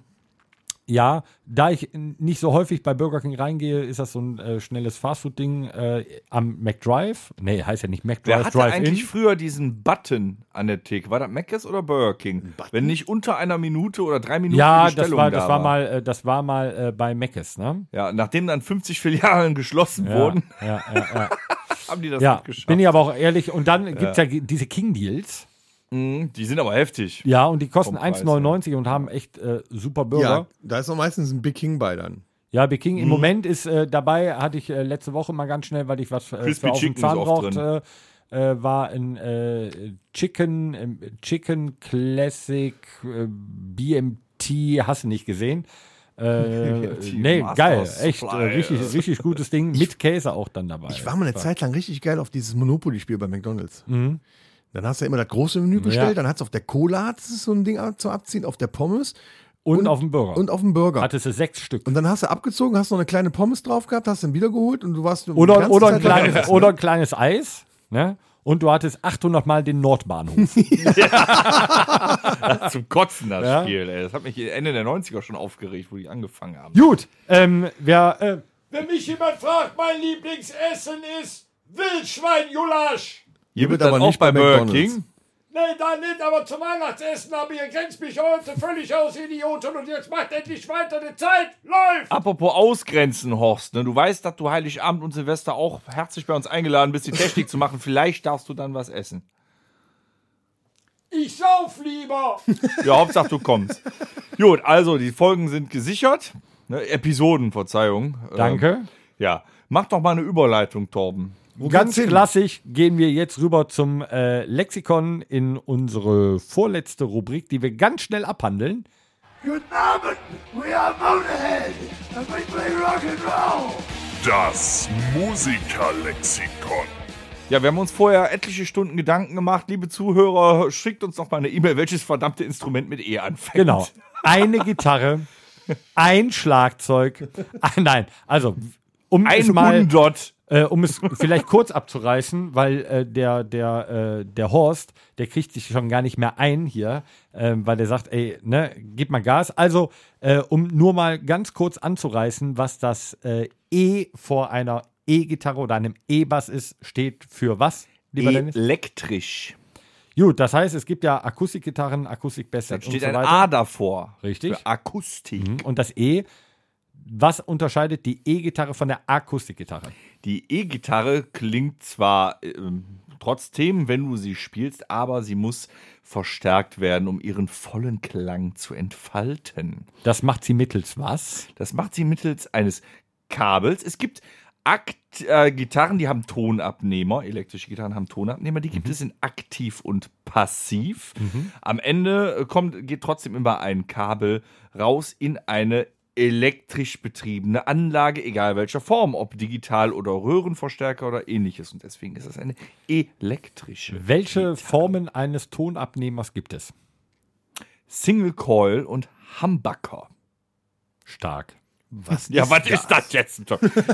ja, da ich n- nicht so häufig bei Burger King reingehe, ist das so ein äh, schnelles Fastfood-Ding äh, am McDrive. Nee, heißt ja nicht
Wer
McDrive,
hatte eigentlich früher diesen Button an der Theke? War das Mc's oder Burger King? Wenn nicht unter einer Minute oder drei Minuten
Ja,
die
das
Bestellung
war, das
da
war mal, äh, das war mal äh, bei Mc's, ne?
Ja, nachdem dann 50 Filialen geschlossen wurden,
Ja, ja, ja.
haben die das
ja.
nicht geschafft.
bin ich aber auch ehrlich. Und dann gibt's ja ge- diese King-Deals.
Mhm, die sind aber heftig.
Ja, und die kosten
Vom Preis,
1,99 und haben echt äh, super
Ja,
Burger.
da ist noch meistens ein Big King bei dann.
Ja, Big King im Moment ist äh, dabei, hatte ich äh, letzte Woche mal ganz schnell, weil ich was äh,
Crispy
für auf den
Chicken ist
Zahn
oft
brauchte, äh, äh, war ein äh, Chicken, äh, Chicken Classic äh, BMT, hast du nicht gesehen. Äh,
BMT,
nee,
Masters
geil, echt, äh,
Fly.
richtig, richtig gutes Ding, mit Käse auch dann dabei.
Ich war mal eine Zeit lang richtig geil auf dieses Monopoly-Spiel bei McDonalds. Dann hast du Mhm. ja immer das große Menü bestellt, dann hast du auf der Cola hat's so ein Ding ab- zum Abziehen, auf der Pommes
und, auf dem Burger.
und auf dem Burger.
Hattest du sechs Stück.
und dann hast du abgezogen, hast noch eine kleine Pommes drauf gehabt, hast dann wieder geholt und du warst die
Oder,
ganze
oder, ein
Zeit dabei.
kleines, oder ein kleines Eis. Ne? Und du hattest 800 Mal den Nordbahnhof.
Zum Kotzen das
Ja.
Spiel, ey. Das hat mich Ende der 90er schon aufgeregt, wo die angefangen haben.
Gut, ähm, wer, äh,
Wenn mich jemand fragt, mein Lieblingsessen ist Wildschweingulasch.
Hier
wird aber nicht bei McDonald's.
Nee, da nicht, aber zum Weihnachtsessen, aber ihr grenzt mich heute völlig aus, Idioten. Und jetzt macht endlich weiter, die Zeit läuft.
Apropos Ausgrenzen, Horst, ne? du weißt, dass du Heiligabend und Silvester auch herzlich bei uns eingeladen bist, die Technik zu machen. Vielleicht darfst du dann was essen.
Ich sauf lieber.
Ja, Hauptsache du kommst. Gut, also die Folgen sind gesichert. Ne? Episoden, Verzeihung. Ähm,
danke.
ja, mach doch mal eine Überleitung, Torben.
Ganz klassisch gehen wir jetzt rüber zum äh, Lexikon in unsere vorletzte Rubrik, die wir ganz schnell abhandeln.
Das Musikerlexikon.
Ja, wir haben uns vorher etliche Stunden Gedanken gemacht. Liebe Zuhörer, schickt uns doch mal eine E-Mail, welches verdammte Instrument mit E anfängt.
Genau. Eine Gitarre, ein Schlagzeug. Ah, nein, also um es
Ein
mal
Hundert.
äh, um es vielleicht kurz abzureißen, weil äh, der, der, äh, der Horst, der kriegt sich schon gar nicht mehr ein hier, ähm, weil der sagt, ey, ne, gib mal Gas. Also, äh, um nur mal ganz kurz anzureißen, was das äh, E vor einer E-Gitarre oder einem E-Bass ist, steht für was,
E
lieber Dennis?
Elektrisch.
Gut, das heißt, es gibt ja Akustikgitarren, Akustikbässe und so
Steht ein
weiter.
A davor.
Richtig.
Für Akustik.
Und das E, was unterscheidet die E-Gitarre von der Akustikgitarre?
Die E-Gitarre klingt zwar ähm, trotzdem, wenn du sie spielst, aber sie muss verstärkt werden, um ihren vollen Klang zu entfalten.
Das macht sie mittels was?
Das macht sie mittels eines Kabels. Es gibt Akt, äh, Gitarren, die haben Tonabnehmer. Elektrische Gitarren haben Tonabnehmer. Die gibt es in aktiv und passiv. Am Ende äh, kommt, geht trotzdem immer ein Kabel raus in eine elektrisch betriebene Anlage, egal welcher Form, ob digital oder Röhrenverstärker oder ähnliches. Und deswegen ist das eine elektrische.
Welche Formen eines Tonabnehmers gibt es?
Single Coil und Humbucker.
Stark.
Was
Ja, was
das?
ist das jetzt?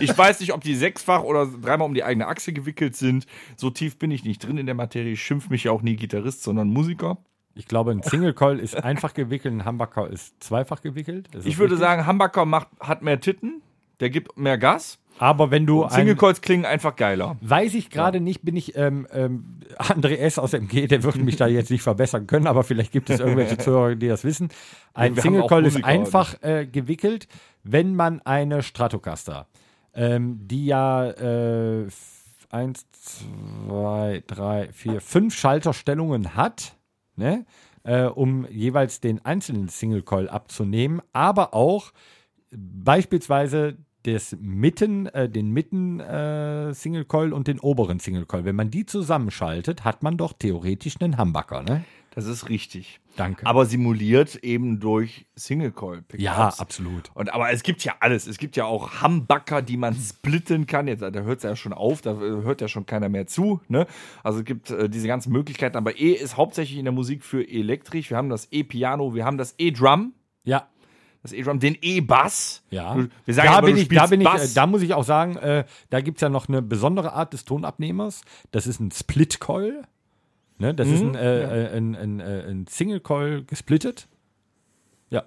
Ich weiß nicht, ob die sechsfach oder dreimal um die eigene Achse gewickelt sind. So tief bin ich nicht drin in der Materie. Ich schimpf mich ja auch nie Gitarrist, sondern Musiker.
Ich glaube, ein Single Coil ist einfach gewickelt, ein Humbucker ist zweifach gewickelt. Ist das
Ich würde
richtig?
sagen, Humbucker macht, hat mehr Titten, der gibt mehr Gas.
aber wenn du
Single
ein,
Coils klingen einfach geiler.
weiß ich gerade nicht, bin ich ähm, ähm, André S. aus MG, der würde mich da jetzt nicht verbessern können, aber vielleicht gibt es irgendwelche Zuhörer, die das wissen. Ein
Wir haben
Single
auch
Coil ist
Musiker,
einfach äh, gewickelt, wenn man eine Stratocaster, ähm, die ja äh, f- eins, zwei, drei, vier, fünf Schalterstellungen hat, ne? äh, um jeweils den einzelnen Single Coil abzunehmen, aber auch beispielsweise des Mitten, äh, den Mitten äh, Single Coil und den oberen Single Coil. Wenn man die zusammenschaltet, hat man doch theoretisch einen Humbucker, ne?
Das ist richtig.
Danke.
Aber simuliert eben durch Single-Coil-Pickups.
Ja, absolut.
Und aber es gibt ja alles. Es gibt ja auch Humbucker, die man splitten kann. Jetzt, da hört es ja schon auf, da äh, hört ja schon keiner mehr zu. Ne? Also es gibt äh, diese ganzen Möglichkeiten. Aber E ist hauptsächlich in der Musik für elektrisch. Wir haben das E-Piano, wir haben das E-Drum,
Ja,
das E-Drum, den E-Bass.
ja.
Du- Wir sagen
da,
aber,
bin
du
ich, da
spielst
bin ich, äh,
Bass.
da muss ich auch sagen, äh, da gibt es ja noch eine besondere Art des Tonabnehmers. Das ist ein Split-Coil. Ne? Das ist ein, äh, äh, ein, ein, äh, ein Single-Coil gesplittet. Ja.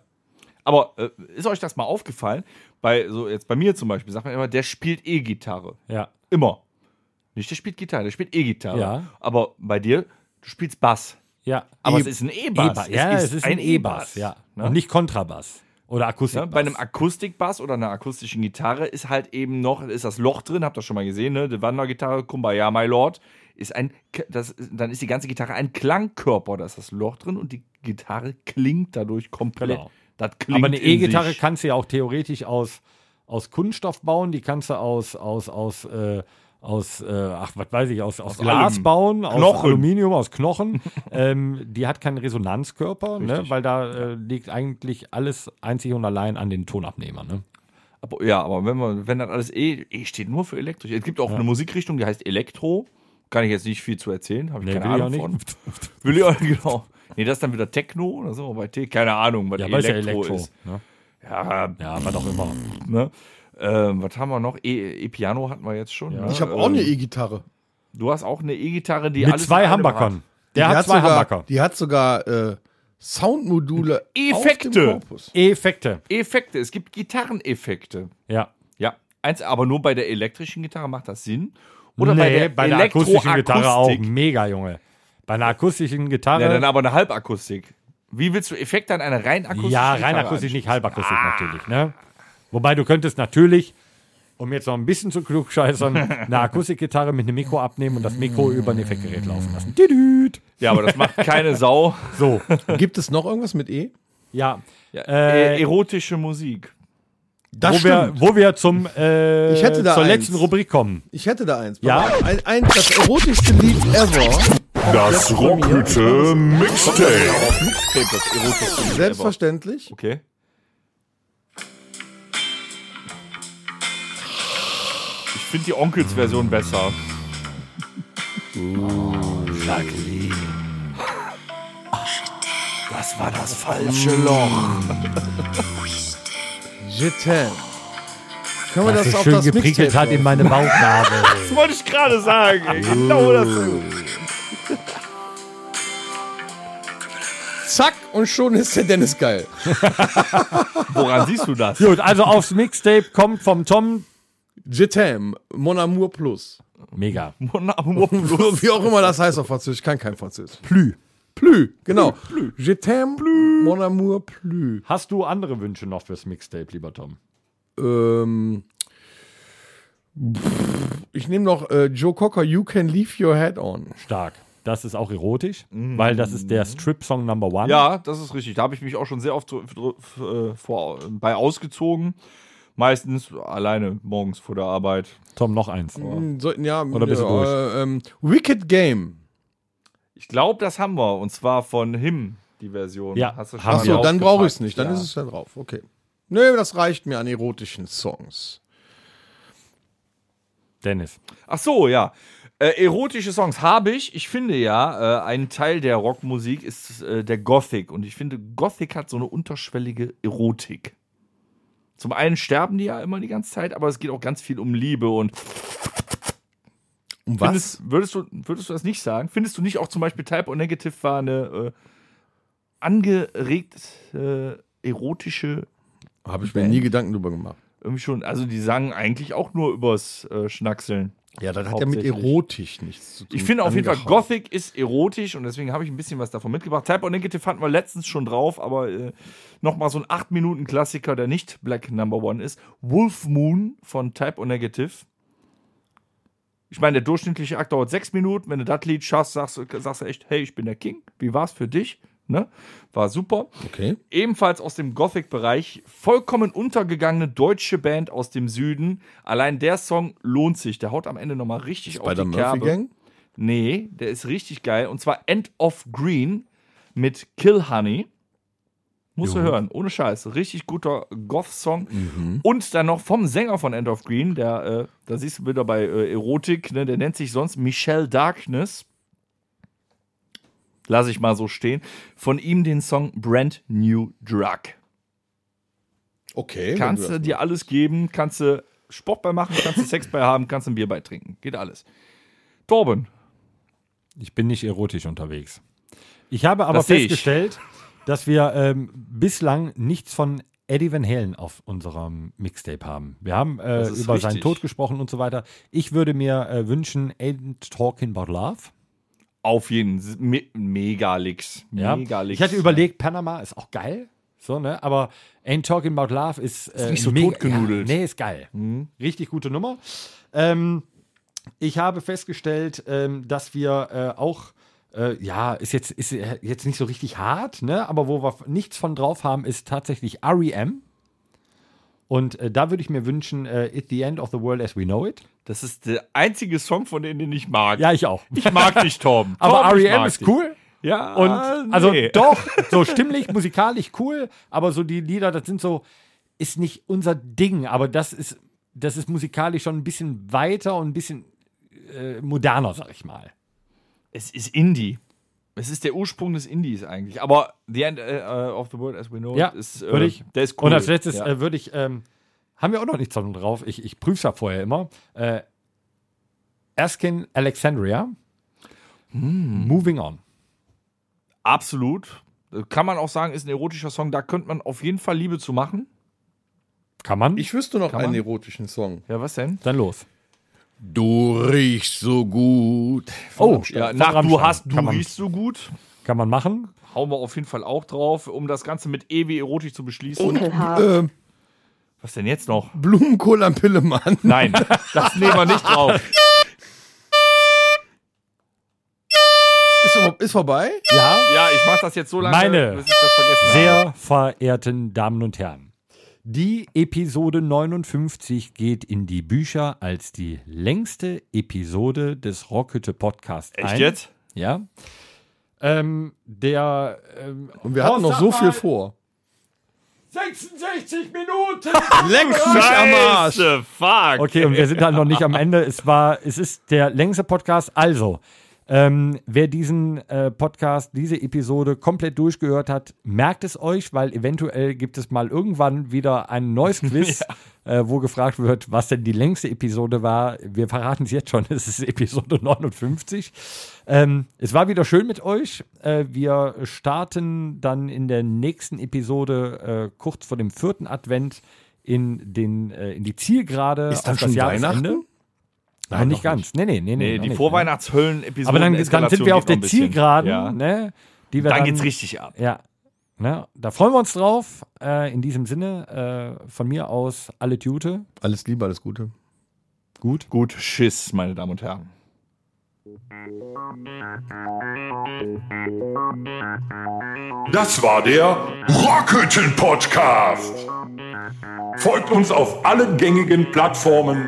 Aber äh, ist euch das mal aufgefallen? Bei so jetzt bei mir zum Beispiel sagt man immer, der spielt E-Gitarre.
Ja.
Immer. Nicht der spielt Gitarre, der spielt E-Gitarre.
Ja.
Aber bei dir, du spielst Bass.
Ja.
Aber
E-
es ist ein E-Bass.
E-Bass. Ja, es ist, ein E-Bass. ja. ne? Und nicht Kontrabass oder Akustik.
Ne? Bei einem Akustikbass oder einer akustischen Gitarre ist halt eben noch, ist das Loch drin, habt ihr schon mal gesehen, ne? Die Wandergitarre, Kumbaya, My Lord, ist ein, K- das, dann ist die ganze Gitarre ein Klangkörper, da ist das Loch drin und die Gitarre klingt dadurch komplett.
Genau.
Das klingt
Aber eine
in
E-Gitarre
sich.
kannst du ja auch theoretisch aus, aus Kunststoff bauen, die kannst du aus, aus, aus, äh, aus äh, ach, was weiß ich, aus, aus, Glas
allem.
bauen, aus
Knochen.
Aluminium, aus Knochen. ähm, die hat keinen Resonanzkörper, ne, weil da äh, liegt eigentlich alles einzig und allein an den Tonabnehmern. Ne?
Aber, ja, aber wenn man, wenn das alles E, E steht nur für elektrisch. Es gibt auch eine Musikrichtung, die heißt Elektro. Kann ich jetzt nicht viel zu erzählen, habe ich
Nee,
keine
will ich
Ahnung
auch
von.
nicht.
Will ich auch, genau. Nee, das ist dann wieder Techno oder so, bei T, keine Ahnung, was
Ja, weil es ja
Elektro,
Elektro
ist.
Ne?
Ja,
Ja, was auch immer.
ne? Ähm, was haben wir noch? E- E-Piano hatten wir jetzt schon. Ne?
Ich habe
Ähm,
auch eine E- E-Gitarre.
Du hast auch eine E-Gitarre, die
Mit
alles
zwei
in einem
Humbuckern.
hat.
Der
Die
hat zwei
sogar,
Humbucker.
Die hat sogar äh, Soundmodule. Auf
Effekte.
dem Korpus.
Effekte.
Effekte, es gibt Gitarreneffekte.
Ja.
Ja, eins, aber nur bei der elektrischen Gitarre macht das Sinn. Oder bei
Nee,
der,
bei der akustischen Gitarre auch.
Elektroakustik.
Mega, Junge. Bei einer akustischen Gitarre.
Ja, dann aber eine Halbakustik. Wie willst du Effekte an einer rein akustischen
Ja, rein
Gitarre
akustisch, nicht
anschließen?
halbakustisch
Ah.
natürlich. Ne? Wobei du könntest natürlich, um jetzt noch ein bisschen zu klugscheißern, eine Akustikgitarre mit einem Mikro abnehmen und das Mikro über ein Effektgerät laufen lassen. Düdüt.
Ja, aber das macht keine Sau.
So,
Gibt es noch irgendwas mit E?
ja.
Ja,
Äh,
e- erotische Musik.
Das
wo, wir, wo wir zum, äh,
Ich hätte da
zur
eins.
letzten Rubrik kommen.
Ich hätte da eins.
Ja?
Ein, ein, das erotischste Lied ever.
Das Rockhütte Mixtape.
Das erotische Musik
Selbstverständlich.
Okay. Ich finde die Onkels-Version besser. Oh, Jacqueline. Das war das falsche Loch.
Je t'aime. Können wir
Was
das
so
auf
schön
das
geprickelt
Mixtape
hat in
drauf?
meine Bauchnabel.
Das wollte ich gerade sagen. ey. Genau das.
Zack, und schon ist der Dennis geil.
Woran siehst du das?
Gut, also aufs Mixtape kommt vom Tom.
Je t'aime, Mon Amour Plus.
Mega.
Wie auch immer das heißt auf Französisch, ich kann kein Französisch. Plü. Plü, genau. Je t'aime, Mon Amour Plü.
Hast du andere Wünsche noch fürs Mixtape, lieber Tom?
Ähm, pff, ich nehme noch äh, Joe Cocker, You Can Leave Your Head On.
Stark. Das ist auch erotisch, weil das ist der Strip-Song Number One.
Ja, das ist richtig. Da habe ich mich auch schon sehr oft dr- dr- äh, vor, bei ausgezogen. Meistens alleine morgens vor der Arbeit.
Tom, noch eins.
Oh.
Hm, Sollten ja.
Oder bist du
äh,
durch?
ähm, Wicked Game.
Ich glaube, das haben wir. Und zwar von Him, die Version.
Ja,
Hast du schon
haben
mal
wir.
Achso,
drauf
dann brauche ich es
gepackt?
nicht. Dann
Ja.
ist es da drauf. Okay. Nö, das reicht mir an erotischen Songs.
Dennis.
Ach so, ja. Äh, erotische Songs habe ich. Ich finde ja, äh, ein Teil der Rockmusik ist äh, der Gothic. Und ich finde, Gothic hat so eine unterschwellige Erotik. Zum einen sterben die ja immer die ganze Zeit, aber es geht auch ganz viel um Liebe und
Um
Findest, würdest, du, würdest du das nicht sagen? Findest du nicht auch zum Beispiel Type O Negative war eine äh, angeregt äh, erotische
Habe ich mir nie Gedanken drüber gemacht.
irgendwie schon? Also die sagen eigentlich auch nur übers äh, Schnackseln.
Ja, das hat ja mit
Hauptsächlich.
Erotik nichts zu tun.
Ich finde auf jeden Fall,
Angehaucht.
Gothic ist erotisch und deswegen habe ich ein bisschen was davon mitgebracht. Type O Negative hatten wir letztens schon drauf, aber äh, nochmal so ein 8-Minuten-Klassiker, der nicht Black Number One ist. Wolf Moon von Type O Negative. Ich meine, der durchschnittliche Akt dauert sechs Minuten. Wenn du das Lied schaffst, sagst, du- sagst du echt, hey, ich bin der King. Wie war's für dich? Ne? War super.
Okay.
Ebenfalls aus dem Gothic-Bereich, vollkommen untergegangene deutsche Band aus dem Süden. Allein der Song lohnt sich. Der haut am Ende nochmal richtig auf
Bei der
die
Murphy
Kerbe.
Gang?
Nee, der ist richtig geil. Und zwar End of Green. mit Kill Honey. Musst du hören, ohne Scheiß. Richtig guter Goth-Song. Und dann noch vom Sänger von End of Green, der, äh, da siehst du wieder bei äh, Erotik, ne, der nennt sich sonst Michelle Darkness. Lass ich mal so stehen. Von ihm den Song Brand New Drug.
Okay. wenn
Kannst
du
du
das-
dir alles geben, kannst du Sport bei machen, kannst du Sex bei haben, kannst du ein Bier bei trinken. Geht alles. Torben,
Ich bin nicht erotisch unterwegs. Ich habe aber
Das sehe ich.
festgestellt, dass wir ähm, bislang nichts von Eddie Van Halen auf unserem Mixtape haben. Wir haben äh,
Das ist
über seinen
richtig.
Tod gesprochen und so weiter. Ich würde mir äh, wünschen, Ain't Talking About Love.
auf jeden Fall. Me Megalix.
Ja.
Megalix.
Ich hatte überlegt, Panama ist auch geil. So, ne? Aber Ain't Talking About Love ist, äh,
nicht so
mega-
totgenudelt.
Ja, nee, ist geil. Richtig gute Nummer. Ähm, ich habe festgestellt, ähm, dass wir äh, auch, äh, ja, ist jetzt, ist äh, jetzt nicht so richtig hart, ne? aber wo wir f- nichts von drauf haben, ist tatsächlich REM. Und äh, da würde ich mir wünschen, äh, It's the End of the World as We Know It.
Das ist der einzige Song von denen, den ich mag.
Ja, ich auch.
Ich mag dich, Torben.
Aber
Torben, ich
REM
mag
ist
dich.
cool.
Ja,
Und
nee.
also doch, so stimmlich, musikalisch cool, aber so die Lieder, das sind so, ist nicht unser Ding, aber das ist, das ist musikalisch schon ein bisschen weiter und ein bisschen äh, moderner, sag ich mal.
Es ist Indie. Es ist der Ursprung des Indies eigentlich. Aber The End äh, of the World as we know
Ja,
it ist, äh,
würde ich.
Der ist cool.
Und als letztes
ja.
äh, würde ich, ähm, haben wir auch noch nichts drauf, ich, ich prüfe es ja vorher immer. Äh, Erskine Alexandria,
Hm.
Moving On.
absolut. Kann man auch sagen, ist ein erotischer Song. Da könnte man auf jeden Fall Liebe zu machen.
Kann man?
Ich wüsste noch
Kann
einen
man?
erotischen Song.
Ja, was denn?
Dann los.
Du riechst so gut.
Oh,
Ja,
von
nach du
Rammstein.
hast, du
kann man,
riechst so gut.
kann man machen.
Hauen wir auf jeden Fall auch drauf, um das Ganze mit Ewi erotisch zu beschließen.
Oh.
Ähm,
was denn jetzt noch?
Blumenkohl am Pillemann.
Nein, das nehmen wir nicht drauf.
Ist, vor- ist vorbei?
Ja.
Ja, ich mach das jetzt so lange,
Meine
bis ich das vergessen habe.
Sehr verehrten Damen und Herren, die Episode 59 geht in die Bücher als die längste Episode des Rockhütte Podcasts ein.
Echt jetzt?
Ja. Ähm, der ähm,
Und wir hatten
Oh,
noch
sag
so
mal.
viel vor.
66 Minuten!
Leck mich am Arsch.
Scheiße, fuck.
Okay, und wir sind dann noch nicht am Ende. Es war, es ist der längste Podcast. Also, ähm, wer diesen äh, Podcast, diese Episode komplett durchgehört hat, merkt es euch, weil eventuell gibt es mal irgendwann wieder ein neues Quiz, äh, wo gefragt wird, was denn die längste Episode war. Wir verraten es jetzt schon, es ist Episode 59. Ähm, es war wieder schön mit euch. Äh, wir starten dann in der nächsten Episode äh, kurz vor dem vierten Advent in, den, äh, in die Zielgerade
Ist dann schon Weihnachten?
Nein, nicht ganz. Nee, nee, nee. nee, also
Nee,
noch
die
nicht. ne?
Vorweihnachtshöllen-Episode.
Aber dann, dann sind wir auf der Zielgeraden. Ne, die wir
Dann geht's richtig ab.
Ja. Ne, da freuen wir uns drauf. Äh, in diesem Sinne, äh, von mir aus, alle Tute.
Alles Liebe, alles Gute.
Gut.
Gut Schiss, meine Damen und Herren.
Das war der Rockhütten Podcast. Folgt uns auf allen gängigen Plattformen